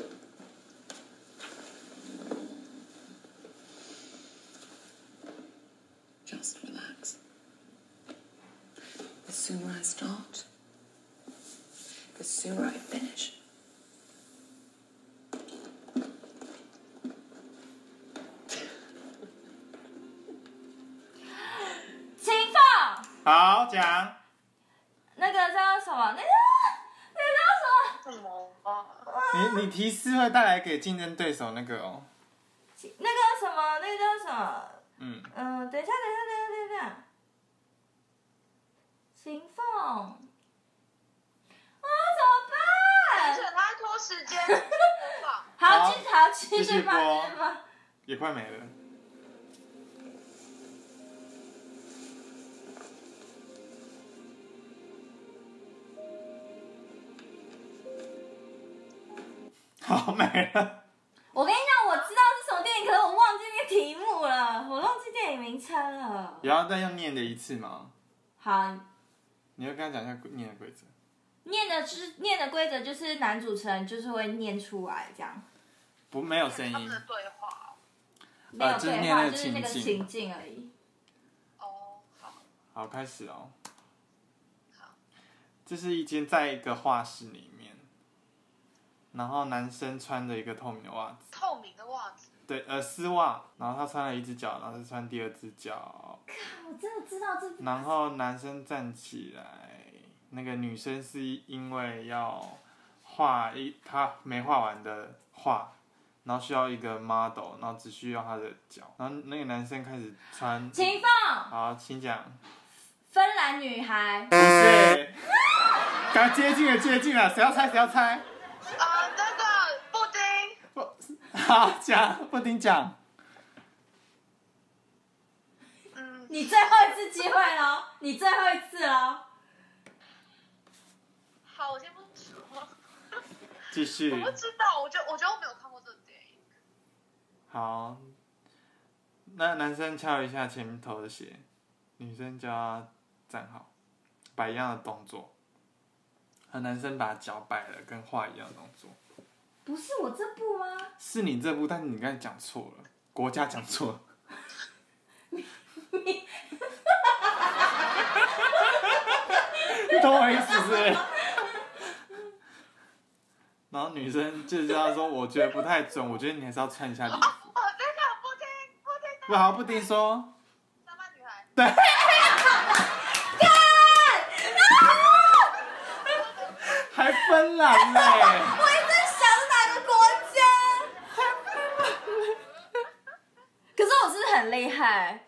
Speaker 8: Just relax. The sooner I start, the sooner I finish.
Speaker 2: 请放
Speaker 1: 好，讲。
Speaker 2: 那个叫什么？那个那个叫什么？
Speaker 3: 什么啊？
Speaker 1: 你你提示会带来给竞争对手那个哦。
Speaker 2: 那个什么？那个叫什么？
Speaker 1: 嗯，
Speaker 2: 嗯、等一下，等一下，等一下，等一下。秦凤啊，
Speaker 3: 而
Speaker 2: 怎
Speaker 3: 且
Speaker 2: 么办？
Speaker 3: 他拖时间，哇
Speaker 2: 好，
Speaker 1: 好
Speaker 2: 继续好，继
Speaker 1: 继续
Speaker 2: 续吧，
Speaker 1: 播
Speaker 2: 继续吧。
Speaker 1: 也快没了。好没了。
Speaker 2: 我跟你讲，我知道是什么电影，可是我忘记那个题目了，我忘记电影名称了。
Speaker 1: 也要再用念的一次吗？
Speaker 2: 好，
Speaker 1: 你要跟他讲一下念的规则。
Speaker 2: 念的之念的规则就是男主持人就是会念出来这
Speaker 1: 啊
Speaker 2: 样，
Speaker 1: 不，没有声
Speaker 7: 他们的
Speaker 1: 音。
Speaker 7: 对话
Speaker 2: 没有
Speaker 1: 就是
Speaker 2: 对
Speaker 1: 念那
Speaker 2: 话，
Speaker 1: 个
Speaker 2: 就是那个
Speaker 1: 情境
Speaker 2: 情境而已。
Speaker 7: 哦。哦，好，
Speaker 1: 好，开始哦。
Speaker 7: 好。
Speaker 1: 这是一间在一个画室里面，然后男生穿着一个透明的袜子。
Speaker 7: 透明的袜子，
Speaker 1: 对，呃，丝袜，然后他穿了一只脚，然后再穿第二只脚，
Speaker 2: 我真的知道这部
Speaker 1: 然后男生站起来，那个女生是因为要画一她没画完的画，然后需要一个 model，然后只需要她的脚，然后那个男生开始穿，
Speaker 2: 秦放
Speaker 1: 好，请讲，
Speaker 2: 芬兰女孩，
Speaker 1: 不是，刚接近了，接近了，谁要猜谁要猜，
Speaker 7: 啊、那个布丁，
Speaker 1: 不，好讲，不听讲，
Speaker 7: 嗯，
Speaker 2: 你最后一次机会喽，你最后一次喽。
Speaker 7: 好，我先不说，
Speaker 1: 继续。
Speaker 7: 我不知道，我觉得我觉得我没有看过这个电影，
Speaker 1: 好，那男生敲一下前头的鞋，女生叫他站好，摆一样的动作，和男生把脚摆了跟画一样的动作。
Speaker 2: 不是我这部吗？
Speaker 1: 是你这部，但是你刚才讲错了，国家讲错了。 你懂我意思是不是？然后女生就是要说，我觉得不太准，我觉得你还是要穿一下礼服。
Speaker 7: 哦，那个布丁，布丁
Speaker 1: 不好，不听说。
Speaker 7: 上班女孩，
Speaker 1: 对，还芬兰嘞、
Speaker 2: 我一直想是哪个国家。可是我是不是很厉害？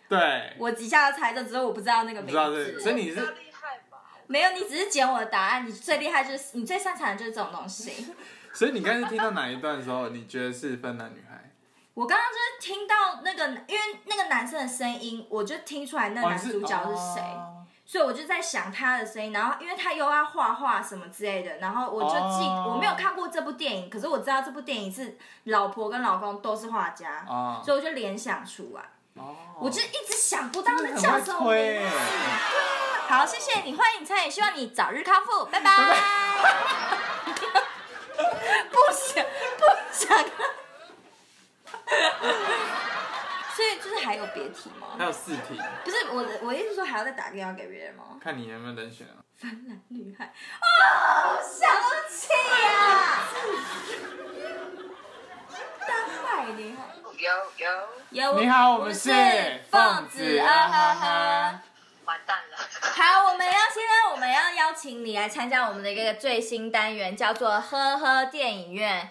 Speaker 1: 对，
Speaker 2: 我几下就猜中，只是我不知道那个
Speaker 1: 你
Speaker 2: 名
Speaker 1: 知道这，
Speaker 2: 字。
Speaker 1: 所以你
Speaker 7: 比较
Speaker 1: 是
Speaker 7: 厉害吧？
Speaker 2: 没有，你只是捡我的答案。你最厉害就是你最擅长的就是这种东西。
Speaker 1: 所以你刚才听到哪一段的时候，你觉得是芬兰女孩？
Speaker 2: 我刚刚就是听到那个，因为那个男生的声音，我就听出来那男主角是谁，
Speaker 1: 哦
Speaker 2: 所以我就在想他的声音。然后因为他又要画画什么之类的，然后我就记、
Speaker 1: 哦
Speaker 2: 我没有看过这部电影，可是我知道这部电影是老婆跟老公都是画家，
Speaker 1: 哦
Speaker 2: 所以我就联想出来。
Speaker 1: 哦，
Speaker 2: 我就一直想不到那
Speaker 1: 真的
Speaker 2: 叫
Speaker 1: 很
Speaker 2: 什
Speaker 1: 会
Speaker 2: 么
Speaker 1: 推
Speaker 2: 名字。好，谢谢你，欢迎参与，希望你早日康复，拜拜。 不想，不想。 所以就是还有别题吗？
Speaker 1: 还有四题，
Speaker 2: 不是我的，我意思是说还要再打电话给别人吗？
Speaker 1: 看你有没有人选啊？
Speaker 2: 芬兰女孩，哦，想不起呀、丹麦女孩。
Speaker 7: 有 有，
Speaker 2: 有
Speaker 1: 你好我们是
Speaker 2: 凤子啊哈哈。
Speaker 7: 完蛋了，
Speaker 2: 好，我们要现在我们要邀请你来参加我们的一个最新单元，叫做“呵呵电影院”。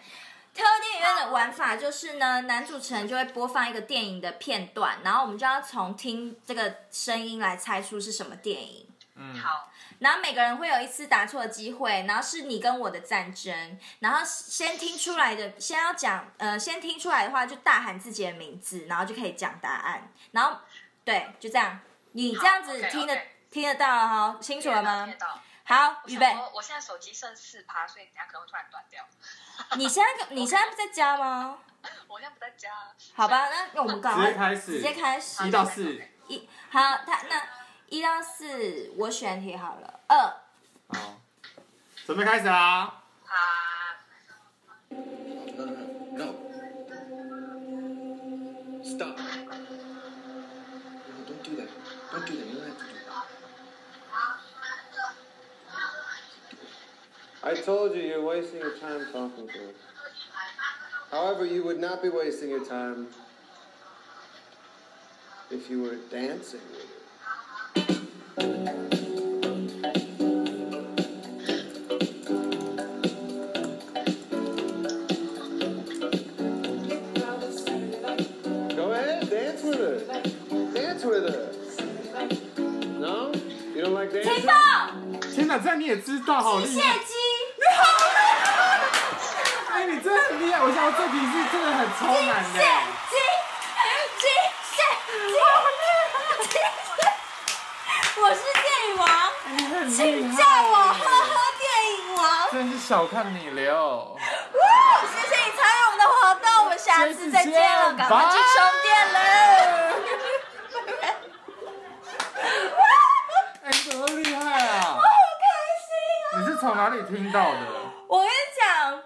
Speaker 2: 特优电影院的玩法就是呢，男主持人就会播放一个电影的片段，然后我们就要从听这个声音来猜出是什么电影。
Speaker 1: 嗯，
Speaker 7: 好，
Speaker 2: 然后每个人会有一次答错的机会，然后是你跟我的战争。然后先听出来的，先要讲，呃，先听出来的话就大喊自己的名字，然后就可以讲答案。然后对，就这样，你这样
Speaker 7: 好
Speaker 2: 子
Speaker 7: ，OK，
Speaker 2: 听得
Speaker 7: OK
Speaker 2: 听得到了哈，清楚了吗
Speaker 7: 听得？到？
Speaker 2: 好，
Speaker 7: 听
Speaker 2: 预
Speaker 7: 得到
Speaker 2: 备
Speaker 7: 我想，说我现在手机剩四趴，所以等一下可能会突然断掉。
Speaker 2: 你现在你现在不在家 吗？
Speaker 7: 我现在不在家，
Speaker 2: 好吧，那我们赶
Speaker 1: 直
Speaker 2: 快
Speaker 1: 接开始，
Speaker 2: 直接开始
Speaker 1: 一到四，
Speaker 2: 一好，他那一到四我选题好了， 二
Speaker 1: 好，准备开始啦！
Speaker 7: 啊，
Speaker 9: No, no, no. No. Stop. No, don't do that. Don't do that. You don't have to do that.
Speaker 10: I told you you're wasting your time talking to her. However, you would not be wasting your time if you were dancing with her.
Speaker 9: Go ahead, dance with her. Dance with her.
Speaker 10: No? You don't like dancing?
Speaker 2: 听到
Speaker 1: 天哪，这样你也知道，好
Speaker 2: 机
Speaker 1: 厉
Speaker 2: 械
Speaker 1: 害！
Speaker 2: 姬，
Speaker 1: 哎、你真的很厉害，我想这题是真的很超难
Speaker 2: 机
Speaker 1: 的。
Speaker 2: 械姬，机械姬，我是电影王，
Speaker 1: 你很厉
Speaker 2: 请
Speaker 1: 害，
Speaker 2: 叫我呵呵电影王。
Speaker 1: 真是小看你刘。
Speaker 2: 哇！谢谢你参与我们的活动，我们下次再见了，赶快去充电了。
Speaker 1: 哎、你怎么那么厉害啊？
Speaker 2: 我好开心啊！
Speaker 1: 你是从哪里听到的？
Speaker 2: 我跟你讲，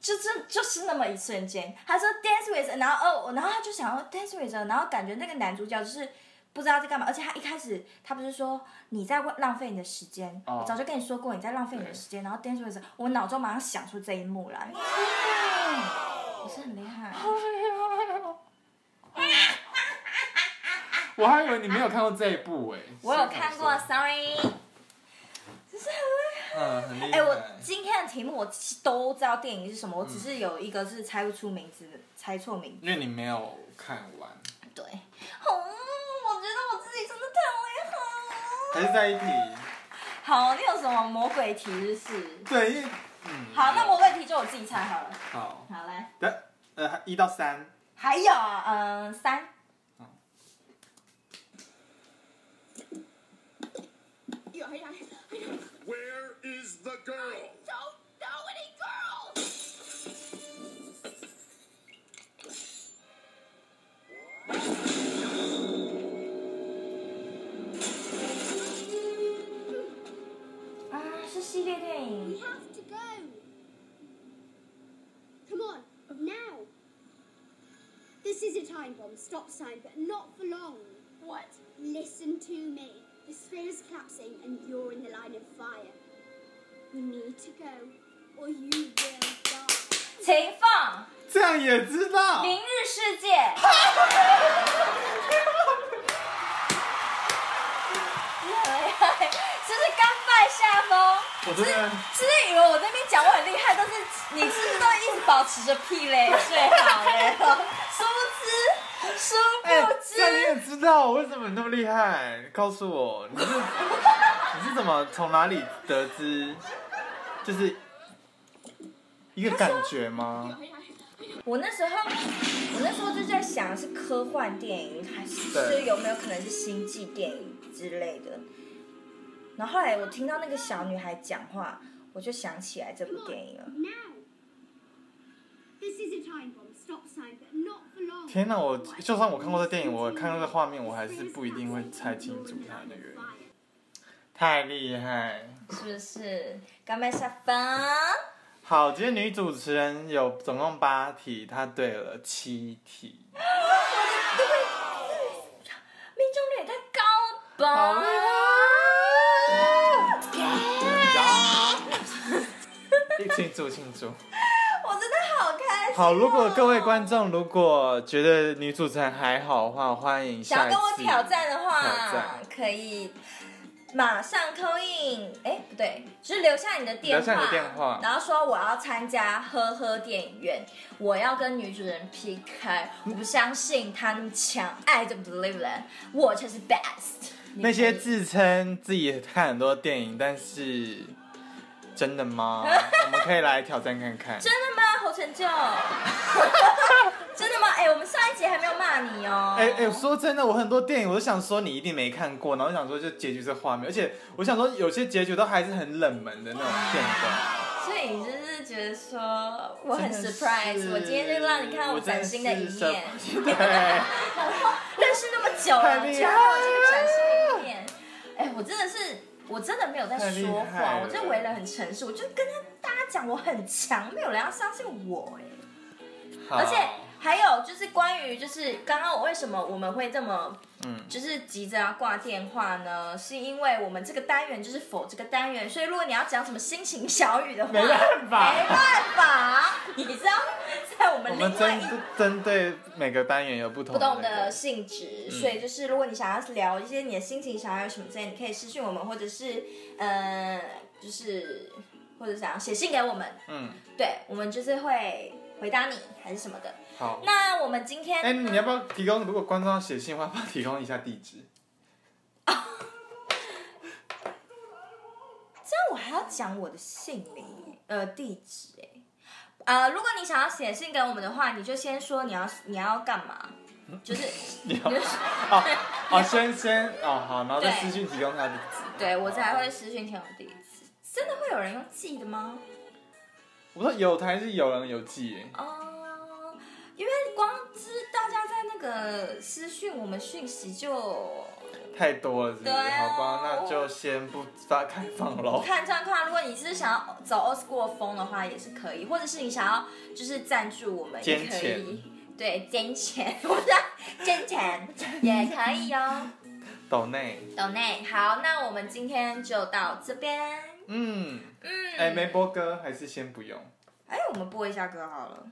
Speaker 2: 就真就是那么一瞬间，他说 dance with，然后哦，然后他就想要 dance with，然后感觉那个男主角就是。不知道在干嘛，而且他一开始他不是说你在浪费你的时间
Speaker 1: 哦
Speaker 2: 我早就跟你说过你在浪费你的时间，然后 dance with，我脑中马上想出这一幕来，你是很厉害，
Speaker 1: 我还以为你没有看过这一部哎、
Speaker 2: 我有看过，sorry，只是很厉害。
Speaker 1: 嗯，很厉害。
Speaker 2: 哎、我今天的题目我其实都知道电影是什么，我只是有一个是猜不出名字，猜错名字。
Speaker 1: 因为你没有看完，
Speaker 2: 对，哦，我觉得我自己真的太
Speaker 1: 还
Speaker 2: 厉害
Speaker 1: 是
Speaker 2: 了。
Speaker 1: 在一起？
Speaker 2: 好，你有什么魔鬼题是不是？
Speaker 1: 对，因为嗯，
Speaker 2: 好，那魔鬼题就我自己猜好了。
Speaker 1: 好，
Speaker 2: 好来，
Speaker 1: 等呃一到三，
Speaker 2: 还有啊嗯、三，
Speaker 9: Where is the girl?
Speaker 3: Don't know any girls!
Speaker 2: 啊是系列电影
Speaker 3: have to go. Come on, now. This is a time bomb, stop sign, but not for long. What? Listen to me. The sphere's collapsing and you're in the line of fire. You need to go, or you will die.
Speaker 2: 情放
Speaker 1: 这样也知道。
Speaker 2: 明日世界。你很厉害， 是不是甘拜下风？
Speaker 1: 我真的
Speaker 2: 是不是以为我在那边讲我很厉害，但是你是不是都一直保持着屁嘞，最 好嘞？殊不知，殊
Speaker 1: 哎、
Speaker 2: 不
Speaker 1: 这样你
Speaker 2: 知，
Speaker 1: 也知道为什么你那么厉害？告诉我，你是你是怎么从哪里得知？就是一个感觉吗？
Speaker 2: 我那时候，我那时候就在想是科幻电影还是
Speaker 1: 对
Speaker 2: 是有没有可能是星际电影之类的。然后后来我听到那个小女孩讲话，我就想起来这部电影了。
Speaker 3: Now. This is a time bomb, stop sign, but not for long.
Speaker 1: 天哪！我就算我看过这电影，我看到这画面，我还是不一定会猜清楚它那个。太厉害！
Speaker 2: 是不是？甘拜下风。
Speaker 1: 好，今天女主持人有总共八题，她对了七题，
Speaker 2: 命中率也太高了吧！
Speaker 1: 好啊厉庆祝庆祝！
Speaker 2: 我真的好开心哦、
Speaker 1: 好，如果各位观众如果觉得女主持人还好的话，欢迎
Speaker 2: 想要
Speaker 1: 下一次
Speaker 2: 跟我挑战的
Speaker 1: 挑
Speaker 2: 话
Speaker 1: 战，
Speaker 2: 可以马上 call in，哎，不对，就是留下你的电
Speaker 1: 留下
Speaker 2: 话，
Speaker 1: 你的电话
Speaker 2: 然后说我要参加呵呵电影院，我要跟女主人 PK，我不相信她那么强，I don't believe that，我才是 best。
Speaker 1: 那些自称自己看很多电影，但是真 的吗？我们可以来挑战看看。
Speaker 2: 真的吗？侯成 就，真的吗？哎、我们上一集还没有骂你哦。
Speaker 1: 哎哎，说真的，我很多电影我都想说你一定没看过，然后想说就结局是画面，而且我想说有些结局都还是很冷门的那种片段。
Speaker 2: 所以你就是觉得说我很
Speaker 1: 真的是
Speaker 2: surprise，我今天就让你看到我崭新的一面，
Speaker 1: 我真的是 surprise，
Speaker 2: 认识那么久
Speaker 1: 太
Speaker 2: 了，
Speaker 1: 厉害
Speaker 2: 居然还有这个崭新的一面，哎、我真的是，我真的没有在
Speaker 1: 太厉
Speaker 2: 说
Speaker 1: 害
Speaker 2: 谎，
Speaker 1: 了
Speaker 2: 我这为人很诚实，我就跟大家讲我很强，没有人要相信我哎、
Speaker 1: 好
Speaker 2: 而且还有就是关于就是刚刚我为什么我们会这么
Speaker 1: 嗯
Speaker 2: 就是急着要挂电话呢？是因为我们这个单元就是否这个单元，所以如果你要讲什么心情小雨的话，
Speaker 1: 没办法
Speaker 2: 没办法，你知道在我们
Speaker 1: 我
Speaker 2: 另外一
Speaker 1: 们针针对每个单元有不同
Speaker 2: 不
Speaker 1: 的嗯
Speaker 2: 同
Speaker 1: 那
Speaker 2: 的
Speaker 1: 个
Speaker 2: 性质，所以就是如果你想要聊一些你的心情、想要什么之类，你可以私信我们，或者是呃，就是或者想要写信给我们，
Speaker 1: 嗯，
Speaker 2: 对我们就是会回答你还是什么的。
Speaker 1: 好。
Speaker 2: 那我们今天
Speaker 1: 哎、你要不要提供？如果观众要写信的话，帮我提供一下地 址。
Speaker 2: 这样我还要讲我的姓名、呃地址哎、呃，如果你想要写信给我们的话，你就先说你要你要干嘛，就是
Speaker 1: 你要哦哦，先先哦好，然后再私信提供他的地址。
Speaker 2: 对我才会私讯填我地址。真的会有人用记的吗？
Speaker 1: 我说有台是有人有记耶，
Speaker 2: 哦，因为光知大家在那个私讯我们讯息就
Speaker 1: 太多了是不是？
Speaker 2: 对啊
Speaker 1: 好吧，那就先不发开放喽。
Speaker 2: 看状况，如果你是想要走 old school 风的话，也是可以，或者是你想要就是赞助我们也
Speaker 1: 捐
Speaker 2: 可
Speaker 1: 钱
Speaker 2: 以，对，捐钱，我是要捐钱也可以哦。
Speaker 1: 抖内，
Speaker 2: 懂内，好，那我们今天就到这边。
Speaker 1: 嗯，
Speaker 2: 嗯，
Speaker 1: 哎、没播歌还是先不用。
Speaker 2: 哎，我们播一下歌好了。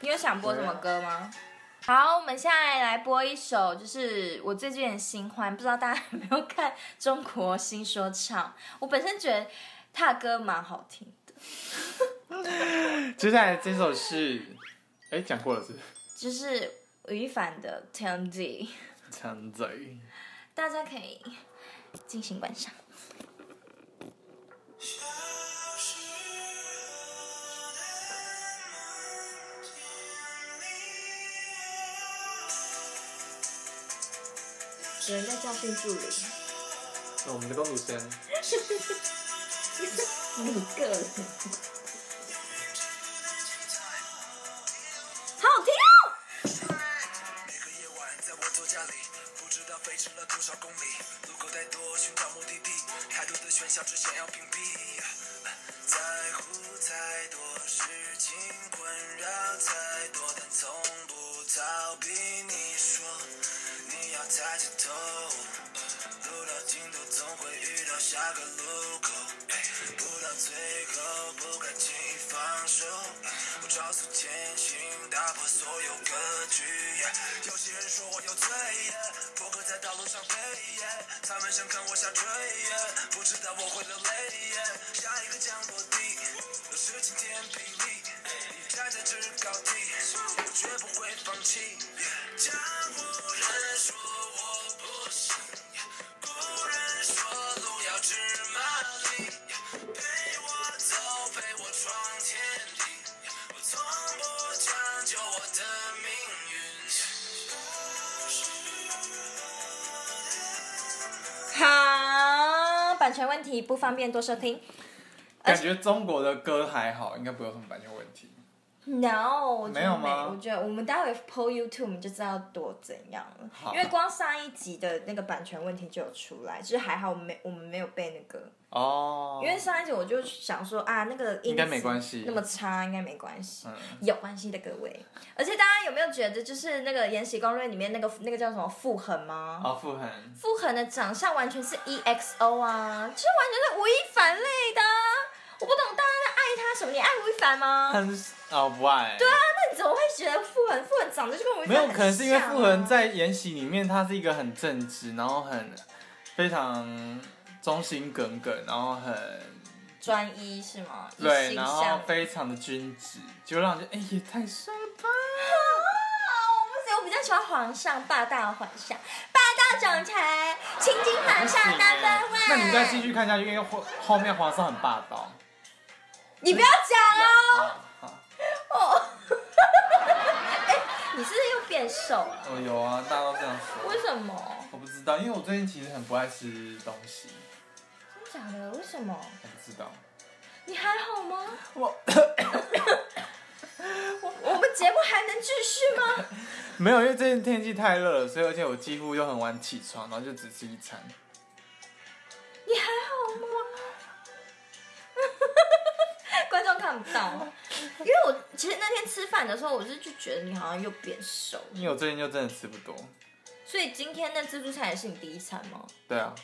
Speaker 2: 你有想播什么歌吗？好，我们现在来播一首，就是我最近很新欢，不知道大家有没有看中国新说唱？我本身觉得他的歌蛮好听的，
Speaker 1: 接下来这首是，哎、讲过了是不是
Speaker 2: 就是吴亦凡的《天地》。
Speaker 1: 强贼。
Speaker 2: 大家可以进行观赏。有人在教训助理，
Speaker 1: 我们的公主声，
Speaker 2: 你个人，好好听哦！好，版权问题不方便多收听。
Speaker 1: 感觉中国的歌还好，应该不会有什么版权问题。
Speaker 2: No，我觉得
Speaker 1: 没有吗
Speaker 2: 我觉得我们待会 PO YouTube 我们就知道多怎样了，
Speaker 1: 好
Speaker 2: 因为光上一集的那个版权问题就有出来，就是还好我们没我们没有被那个，
Speaker 1: 哦，
Speaker 2: 因为上一集我就想说啊，那个音
Speaker 1: 应该没关系
Speaker 2: 那么差应该没关系，
Speaker 1: 嗯
Speaker 2: 有关系的各位。而且大家有没有觉得，就是那个《延禧攻略》里面那个那个叫什么傅恒吗？
Speaker 1: 哦，傅恒，
Speaker 2: 傅恒的长相完全是 EXO 啊，就是完全是吴亦凡类的啊、我不懂大家在爱他什么，你爱吴亦凡吗？
Speaker 1: 很哦不爱。
Speaker 2: 对
Speaker 1: 对
Speaker 2: 啊，那你怎么会觉得傅恒傅恒长得就跟我
Speaker 1: 没有，可能是因为傅
Speaker 2: 啊
Speaker 1: 恒在《延禧》里面，他是一个很正直，然后很非常忠心耿耿，然后很
Speaker 2: 专一是吗？一
Speaker 1: 对，
Speaker 2: 心
Speaker 1: 然
Speaker 2: 向
Speaker 1: 后非常的君子，就让人觉得哎、也太 帅了吧。
Speaker 2: 啊，我不行，我比较喜欢皇上霸道皇上霸道总裁，请听皇上 number
Speaker 1: 那你再继
Speaker 2: one。
Speaker 1: 续看下去，因为后后面皇上很霸道。
Speaker 2: 你不要讲哦，
Speaker 1: 啊，好啊
Speaker 2: 哦， 哎，你是不是又变瘦了？
Speaker 1: 哦有啊，大家都这样说。
Speaker 2: 为什么？
Speaker 1: 我不知道，因为我最近其实很不爱吃东西，
Speaker 2: 真假的？为什么？
Speaker 1: 我不知道。
Speaker 2: 你还好吗？
Speaker 1: 我
Speaker 2: 我我们节目还能继续 吗？
Speaker 1: 没有，因为最近天气太热了，所以而且我几乎又很晚起床，然后就只吃一餐。
Speaker 2: 你还好吗？ 观众看不到，因为我其实那天吃饭的时候，我是就觉得你好像又变瘦了，
Speaker 1: 因为我最近就真的吃不多。
Speaker 2: 所以今天那自助餐也是你第一餐吗？
Speaker 1: 对啊，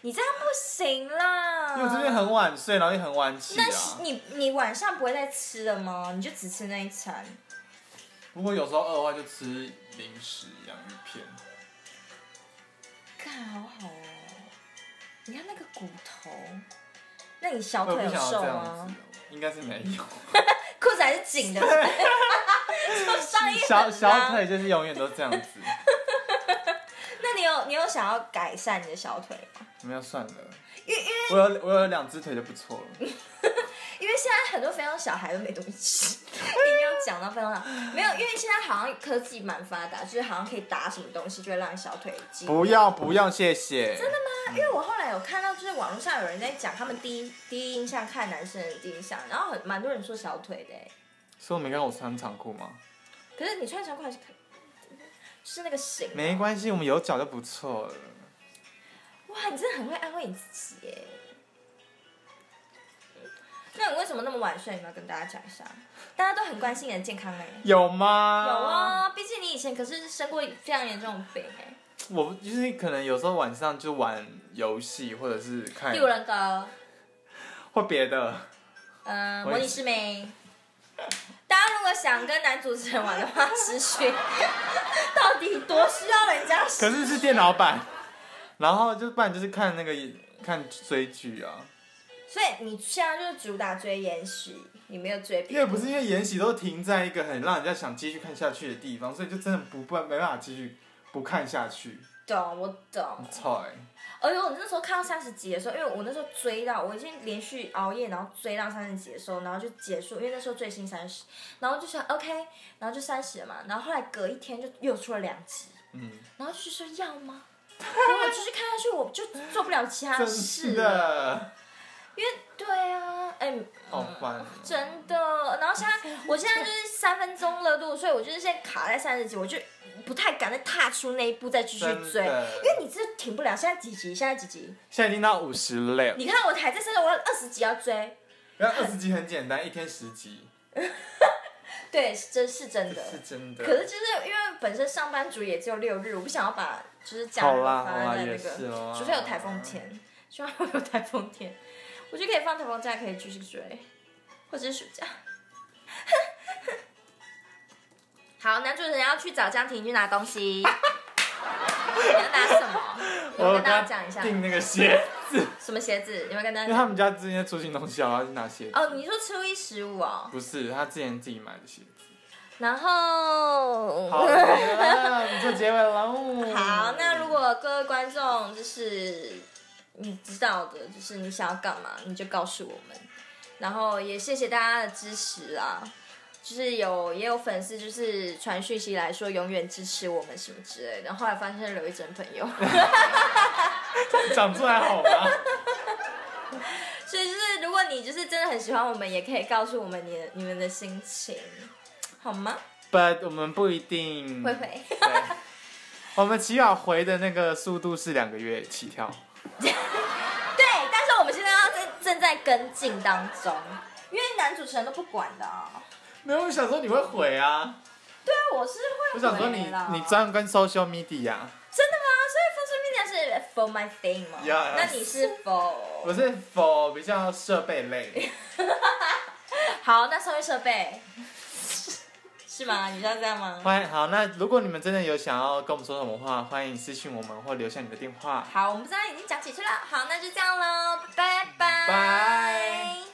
Speaker 2: 你这样不行啦！
Speaker 1: 因为我最近很晚睡，然后又很晚起
Speaker 2: 嗯那是
Speaker 1: 啊。
Speaker 2: 你你晚上不会再吃了吗？你就只吃那一餐？
Speaker 1: 如果有时候饿的话，就吃零食洋芋片。
Speaker 2: 哦看好好哦，你看那个骨头，那你小
Speaker 1: 我也
Speaker 2: 腿
Speaker 1: 不
Speaker 2: 有
Speaker 1: 想要
Speaker 2: 瘦
Speaker 1: 这样
Speaker 2: 吗
Speaker 1: 子？，哦应该是没 有。
Speaker 2: 裤子还是紧 的， 就上衣很
Speaker 1: 小小
Speaker 2: 拉
Speaker 1: 腿就是永远都这样子，
Speaker 2: 那你有你有想要改善你的小腿吗？
Speaker 1: 没有算了。
Speaker 2: 因为因为
Speaker 1: 我有我有两只腿就不错了。
Speaker 2: 因为现在很多非常小孩都没东西吃，一定要 讲到非常好，没有，因为现在好像科技蛮发达，就是好像可以打什么东西就会让你小腿肌。
Speaker 1: 不要不用，谢谢。
Speaker 2: 真的吗？因为我后来有看到，就是网络上有人在讲他们第一第一印象看男生的第一印象，然后很蛮多人说小腿的欸、
Speaker 1: 所以我没看我穿长裤吗？
Speaker 2: 可是你穿长裤还是可以，是那个型。
Speaker 1: 没关系，我们有脚就不错了。
Speaker 2: 哇，你真的很会安慰你自己耶。那你为什么那么晚睡？你要跟大家讲一下，大家都很关心你的健康哎、
Speaker 1: 有吗？
Speaker 2: 有。啊，毕竟你以前可是生过非常严重的病哎、
Speaker 1: 我就是可能有时候晚上就玩游戏，或者是看
Speaker 2: 第五人格，
Speaker 1: 或别的。
Speaker 2: 呃，
Speaker 1: 我
Speaker 2: 模拟师妹。大家如果想跟男主持人玩的话，失去 到底多需要人家？
Speaker 1: 可是是电脑版， 然后就不然就是看那个看追剧啊，
Speaker 2: 所以你现在就是主打追延禧，你没有追
Speaker 1: 因为不是因为延禧都停在一个很让人家想继续看下去的地方，所以就真的不不没办法继续不看下去。
Speaker 2: 懂，我懂。
Speaker 1: 操哎、
Speaker 2: 而且我那时候看到三十集的时候，因为我那时候追到，我已经连续熬夜，然后追到三十集的时候，然后就结束，因为那时候最新三十，然后就想 OK，然后就三十了嘛，然后后来隔一天就又出了两集，
Speaker 1: 嗯，
Speaker 2: 然后就是说要吗？如果继续看下去，我就做不了其他
Speaker 1: 真
Speaker 2: 事
Speaker 1: 是
Speaker 2: 了，
Speaker 1: 的，
Speaker 2: 因为对啊，哎、
Speaker 1: 好烦、哦
Speaker 2: 真的。然后现在，我现在就是三分钟热度，所以我就是现在卡在三十集，我就不太敢再踏出那一步再继续追，
Speaker 1: 真
Speaker 2: 因
Speaker 1: 的
Speaker 2: 为你这停不了。现在几集？现在几集？
Speaker 1: 现在已经到五十了，
Speaker 2: 你看我还在三十，我二十集要追。
Speaker 1: 然后二十集很简单，一天十集
Speaker 2: 对，是真是真的。
Speaker 1: 是真的。
Speaker 2: 可是就是因为本身上班族也只有六日，我不想要把就是假
Speaker 1: 好
Speaker 2: 日
Speaker 1: 啦
Speaker 2: 放
Speaker 1: 好啦，
Speaker 2: 在那
Speaker 1: 也
Speaker 2: 个，
Speaker 1: 是哦。
Speaker 2: 除非有台风天，希望会有台风天，我就可以放台风假，可以继续追，或者是暑假。 好，男主持人要去找江婷去拿东西。你要拿什么？ 我
Speaker 1: 我有
Speaker 2: 跟
Speaker 1: 跟
Speaker 2: 大家
Speaker 1: 他
Speaker 2: 讲一下，
Speaker 1: 订那个鞋子，
Speaker 2: 什么鞋子？你们跟大
Speaker 1: 因
Speaker 2: 家讲？
Speaker 1: 为他们家之前出新东西，我要去拿鞋子。
Speaker 2: 哦，你说初一十五哦，
Speaker 1: 不是，他之前自己买的鞋子。
Speaker 2: 然后
Speaker 1: 好了，你做结尾了。
Speaker 2: 好，那
Speaker 1: 嗯
Speaker 2: 如果各位观众就是你知道的，就是你想要干嘛，你就告诉我们。然后也谢谢大家的支持啦，就是有也有粉丝就是传讯息来说永远支持我们什么之类的，后来发现是刘一真朋友，
Speaker 1: 讲出来好吗？
Speaker 2: 所以就是如果你就是真的很喜欢我们，也可以告诉我们你的你们的心情，好吗？
Speaker 1: But 我们不一定
Speaker 2: 慧慧，
Speaker 1: 对我们起码回的那个速度是两个月起跳。
Speaker 2: 对，但是我们现在要正正在跟进当中，因为男主持人都不管的啊、
Speaker 1: 没有，我想说你会回啊！
Speaker 2: 对啊，我是会。
Speaker 1: 我想说你你专跟 social media，
Speaker 2: 真的吗？所以 social media 是 for my fame 吗
Speaker 1: Yes
Speaker 2: 那你是 for
Speaker 1: 我是否比较设备类？
Speaker 2: 好？那社会设备 是吗？你知道这样吗？
Speaker 1: 欢迎好，那如果你们真的有想要跟我们说什么话，欢迎私信我们或留下你的电话。
Speaker 2: 好，我们不知道已经讲几次了。好，那就这样喽，拜拜。
Speaker 1: 拜